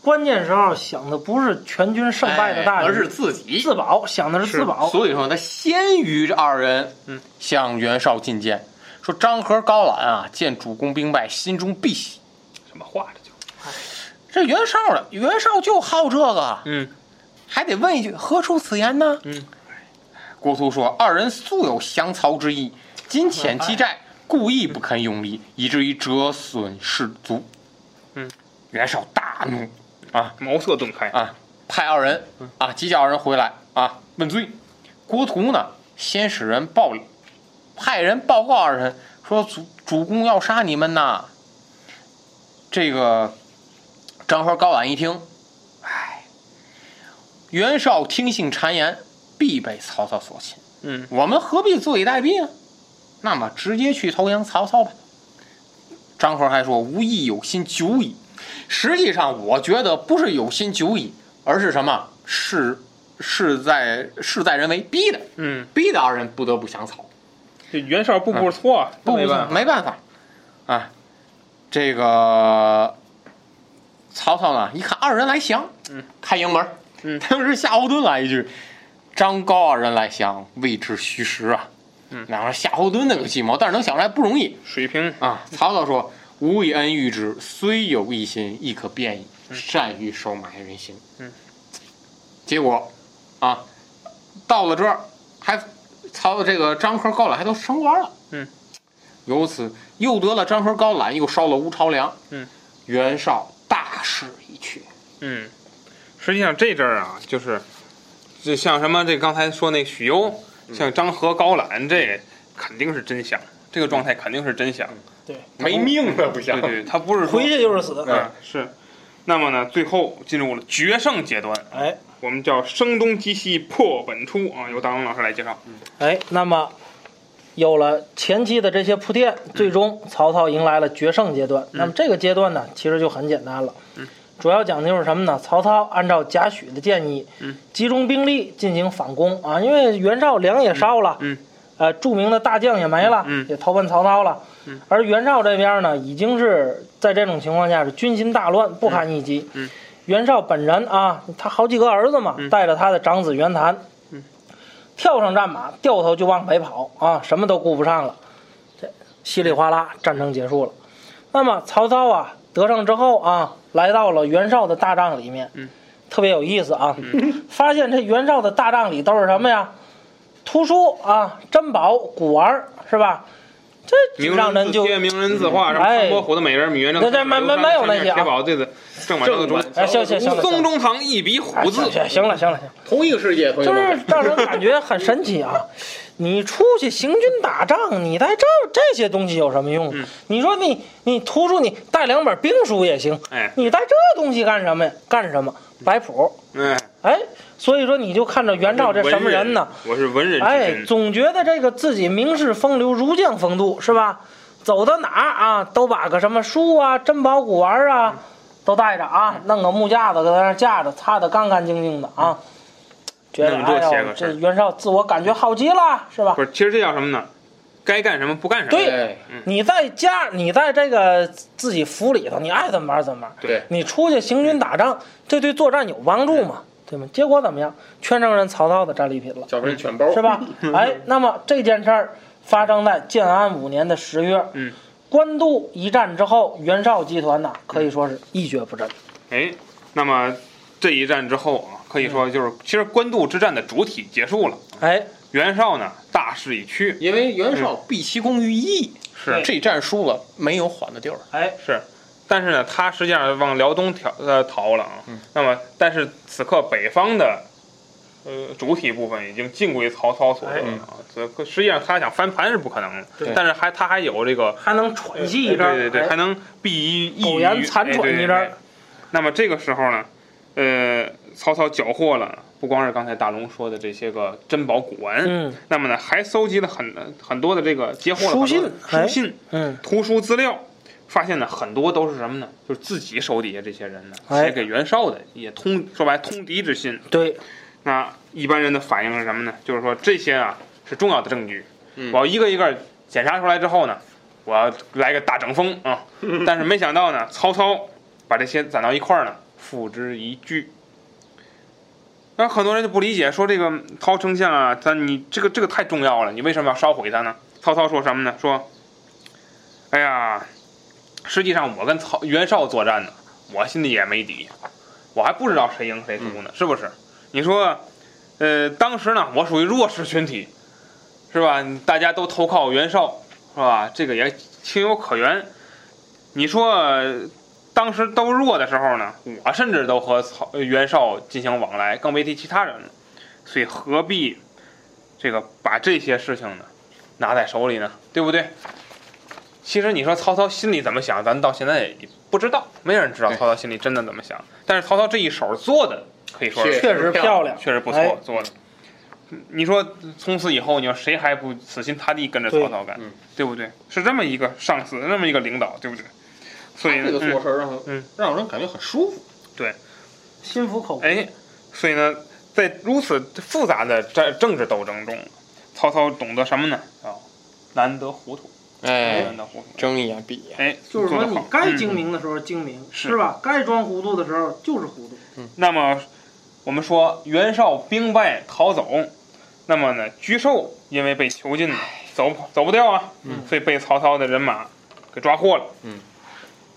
关键时候想的不是全军胜败的大
哎
局，
而是自己
自保，想的是自保。
所以说他先于这二人，
嗯，
向袁绍进谏，说张合、高览啊，见主公兵败，心中必喜。
什么话这就
这袁绍了，袁绍就好这个，
嗯
还得问一句何出此言呢？
嗯，
郭图说：“二人素有降曹之意，今遣其寨，故意不肯用力，以至于折损士卒。”
嗯，
袁绍大怒啊
茅塞顿开。
啊，派二人啊，即叫二人回来啊问罪。郭图呢，先使人报，派人报告二人说主主公要杀你们呐。这个张合、高览一听，哎，袁绍听信谗言，必被曹操所擒。
嗯，
我们何必坐以待毙呢？那么直接去投降曹操吧。张合还说：“吾亦有心久矣。”实际上，我觉得不是有心久矣，而是什么？是是在事在人为，逼的，
嗯，
逼的二人不得不降曹。
这袁绍步步错啊，
不
没
不
办法。
没办法，啊，这个曹操呢，一看二人来降，
嗯，
开营门，
嗯
当时夏侯惇来一句：“张高二人来降，未知虚实啊。”
嗯
两人夏侯惇那个计谋，但是能想出来不容易
水平
啊。曹操说：“吾以恩遇之，虽有一心，亦可变矣。善于收买人心。”
嗯，
结果啊，到了这儿，还曹这个张科高览还都升官了。
嗯，
由此又得了张科高览，又烧了乌巢梁。
嗯，
袁绍大势已去。
嗯，实际上这阵儿啊，就是就像什么这刚才说那许攸，
嗯
像张合、高览，这肯定是真相，这个状态肯定是真相。
对，
没命了，不
对
像。
对，他不是说
回去就是死。
啊是。那么呢，最后进入了决胜阶段，
哎
我们叫声东击西，破本出啊，由大龙老师来介绍。
哎，那么有了前期的这些铺垫，
嗯
最终曹操迎来了决胜阶段。那么这个阶段呢，其实就很简单了。
嗯
主要讲的就是什么呢？曹操按照贾诩的建议，
嗯
集中兵力进行反攻啊，因为袁绍粮也烧了，
嗯嗯
呃，著名的大将也没了，
嗯嗯
也投奔曹操了。
嗯
而袁绍这边呢，已经是在这种情况下是军心大乱，不堪一击。
嗯嗯
袁绍本人啊，他好几个儿子嘛，
嗯
带着他的长子袁谭，
嗯
跳上战马，掉头就往北跑啊，什么都顾不上了。这稀里哗啦，战争结束了。那么曹操啊得胜之后啊，来到了袁绍的大帐里面，
嗯
特别有意思啊，发现这袁绍的大帐里都是什么呀？图书啊、珍宝、古玩儿是吧？这
名
让
人
人
字
就
帖、名人字画，什么
哎
三国虎的美人、米元正
那这没没没有那些啊
铁宝这个正版正宗。
哎，行行行了，
松
行了哎
中堂一笔虎字，
行行了行了行了，
同一个世界，同一
就
个
是让人感觉很神奇啊！你出去行军打仗，你带这这些东西有什么用？你说你你图书你带两本兵书也行，
哎
你带这东西干什么呀？干什么？摆谱。
哎，
哎，所以说你就看着袁绍这什么人 呢？
我是文人之
哎，
身，
总觉得这个自己名士风流、儒将风度是吧？走到哪儿啊，都把个什么书啊、珍宝古玩啊，
嗯
都带着啊，弄个木架子搁那儿架着，擦得干干净净的啊。觉得
嗯弄这
哎
些
呦
个，事儿
这袁绍自我感觉好极了，是吧
不？是，其实这叫什么呢？该干什么不干什么。
对
对
你在家，你在这个自己府里头，你爱怎么玩怎么玩。
对
你出去行军打仗，这对作战有帮助吗？对吗？结果怎么样？全成人曹操的战利品了。
叫人全包
是？吧？
哦
哎，那么这件事儿发生在建安五年的十月，
嗯，
官渡一战之后，袁绍集团呐可以说是一蹶不振。
哎，那么这一战之后啊，可以说就是其实官渡之战的主体结束了。
哎，
袁绍呢，大势已去，
因为袁绍毕其功于一役，
是
这战输了没有缓的地儿。
哎，
是，但是呢，他实际上往辽东调呃逃了啊。那么，但是此刻北方的呃主体部分已经尽归曹操所有了啊。所以实际上他想翻盘是不可能的
对，
但是还他还有这个
还能喘息一阵儿，
对对对，还
哎
能避一一
苟
隅
延残喘一
哎对
阵。
对
儿
对那么这个时候呢，呃，曹操缴获了不光是刚才大龙说的这些个珍宝古玩，
嗯
那么呢还搜集了很很多的这个截获了
书信
很多的
哎
书信、
嗯，
图书资料。发现呢，很多都是什么呢？就是自己手底下这些人呢，
哎
写给袁绍的，也通说白通敌之心。
对，
那一般人的反应是什么呢？就是说这些啊是重要的证据，
嗯
我要一个一个检查出来之后呢，我要来个大整风啊！但是没想到呢，曹操把这些攒到一块儿呢，付之一炬。那很多人就不理解，说这个陶丞相啊，他你这个这个太重要了，你为什么要烧毁它呢？曹操说什么呢？说，哎呀，实际上我跟曹袁绍作战呢，我心里也没底，我还不知道谁赢谁输呢，是不是？你说呃，当时呢，我属于弱势群体，是吧？大家都投靠袁绍，是吧？这个也情有可原。你说、呃当时都弱的时候呢，我甚至都和曹呃袁绍进行往来，更别提其他人了。所以何必这个把这些事情呢拿在手里呢？对不对？其实你说曹操心里怎么想，咱到现在也不知道，没人知道
对
曹操心里真的怎么想。但是曹操这一手做的，可以说
确
是
确实漂亮，
确实不
哎
错，做的。你说从此以后，你说谁还不死心塌地跟着曹操干，
对嗯
对不对？是这么一个上司，这么一个领导，对不对？所以
这
呢
个，做事儿让
嗯
让人感觉很舒服。
心服口服。
哎，所以呢，在如此复杂的战政治斗争中，曹操懂得什么呢？啊、难得糊涂，
哎
难，得糊涂。
睁一眼闭一眼。
哎，
就是
做
说，
得
你
好
该
嗯
精明的时候精明，
是
是吧？该装糊涂的时候就是糊涂。
那么我们说袁绍兵败逃走，那么呢，沮授因为被囚禁了，走不走不掉啊，所以被曹操的人马给抓获了。
嗯，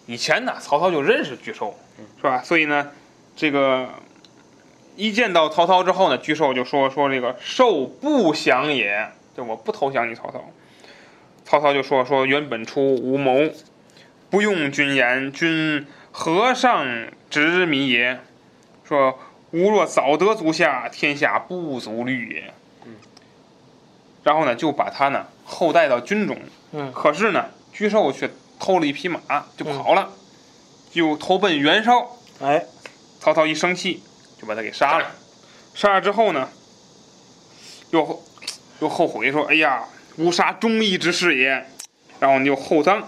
以前呢，曹操就认识沮授，是吧？所以呢，这个一见到曹操之后呢，沮授就说说这个受不降也，就我不投降你曹操。曹操就说说原本出无谋，不用君言，君何上执迷也？说吾若早得足下，天下不足虑也。然后呢，就把他呢后代到军中。
嗯
可是呢，沮授却偷了一匹马就跑了，就投奔袁绍。
哎，
曹操一生气就把他给杀了。杀了之后呢，又后又后悔说：“哎呀，吾杀忠义之士也。”然后呢，又厚葬，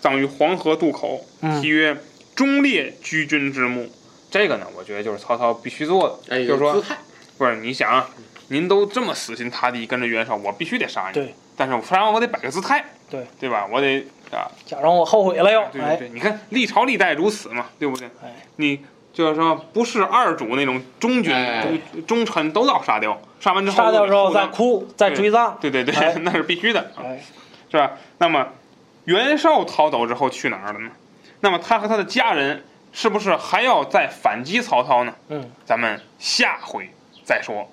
葬于黄河渡口，
嗯
其曰：“忠烈居君之墓。”这个呢，我觉得就是曹操必须做的，
哎，有
就是说
姿，态，
不是你想，啊，您都这么死心塌地跟着袁绍，我必须得杀你。
对，
但是我杀完我得摆个姿态，
对，
对吧？我得啊，
假装我后悔了又。
对对
哎，
对，你看历朝历代如此嘛，对不对？
哎
你就是说不是二主那种忠君、
哎
忠忠臣都要杀掉，杀完之后
杀掉之后再
再，
哭，再追葬。
对对对，
哎
那是必须的，啊
哎，
是吧？那么袁绍逃走之后去哪儿了呢？那么他和他的家人是不是还要再反击曹操呢？
嗯，
咱们下回再说。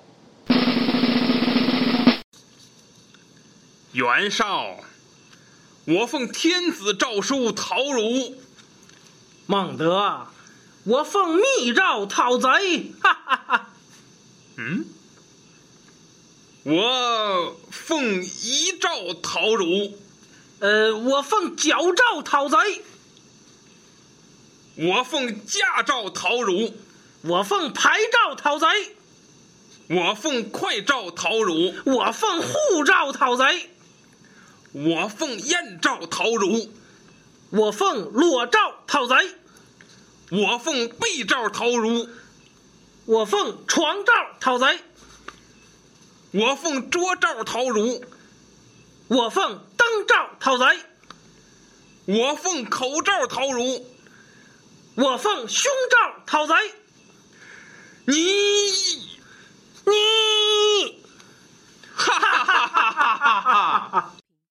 袁绍，我奉天子诏书讨汝。
孟德，我奉密诏讨贼，哈哈哈！
嗯，我奉遗诏讨汝，
呃，我奉矫诏讨贼，
我奉驾诏讨汝，
我奉牌照讨贼，
我奉快诏讨汝，
我奉护照讨贼，
我奉燕诏讨汝，
我奉裸照讨贼，
我奉被诏讨汝，
我奉床照讨贼，
我奉斫诏讨汝，
我奉灯照讨贼，
我奉口诏讨汝，
我奉胸照讨贼。
你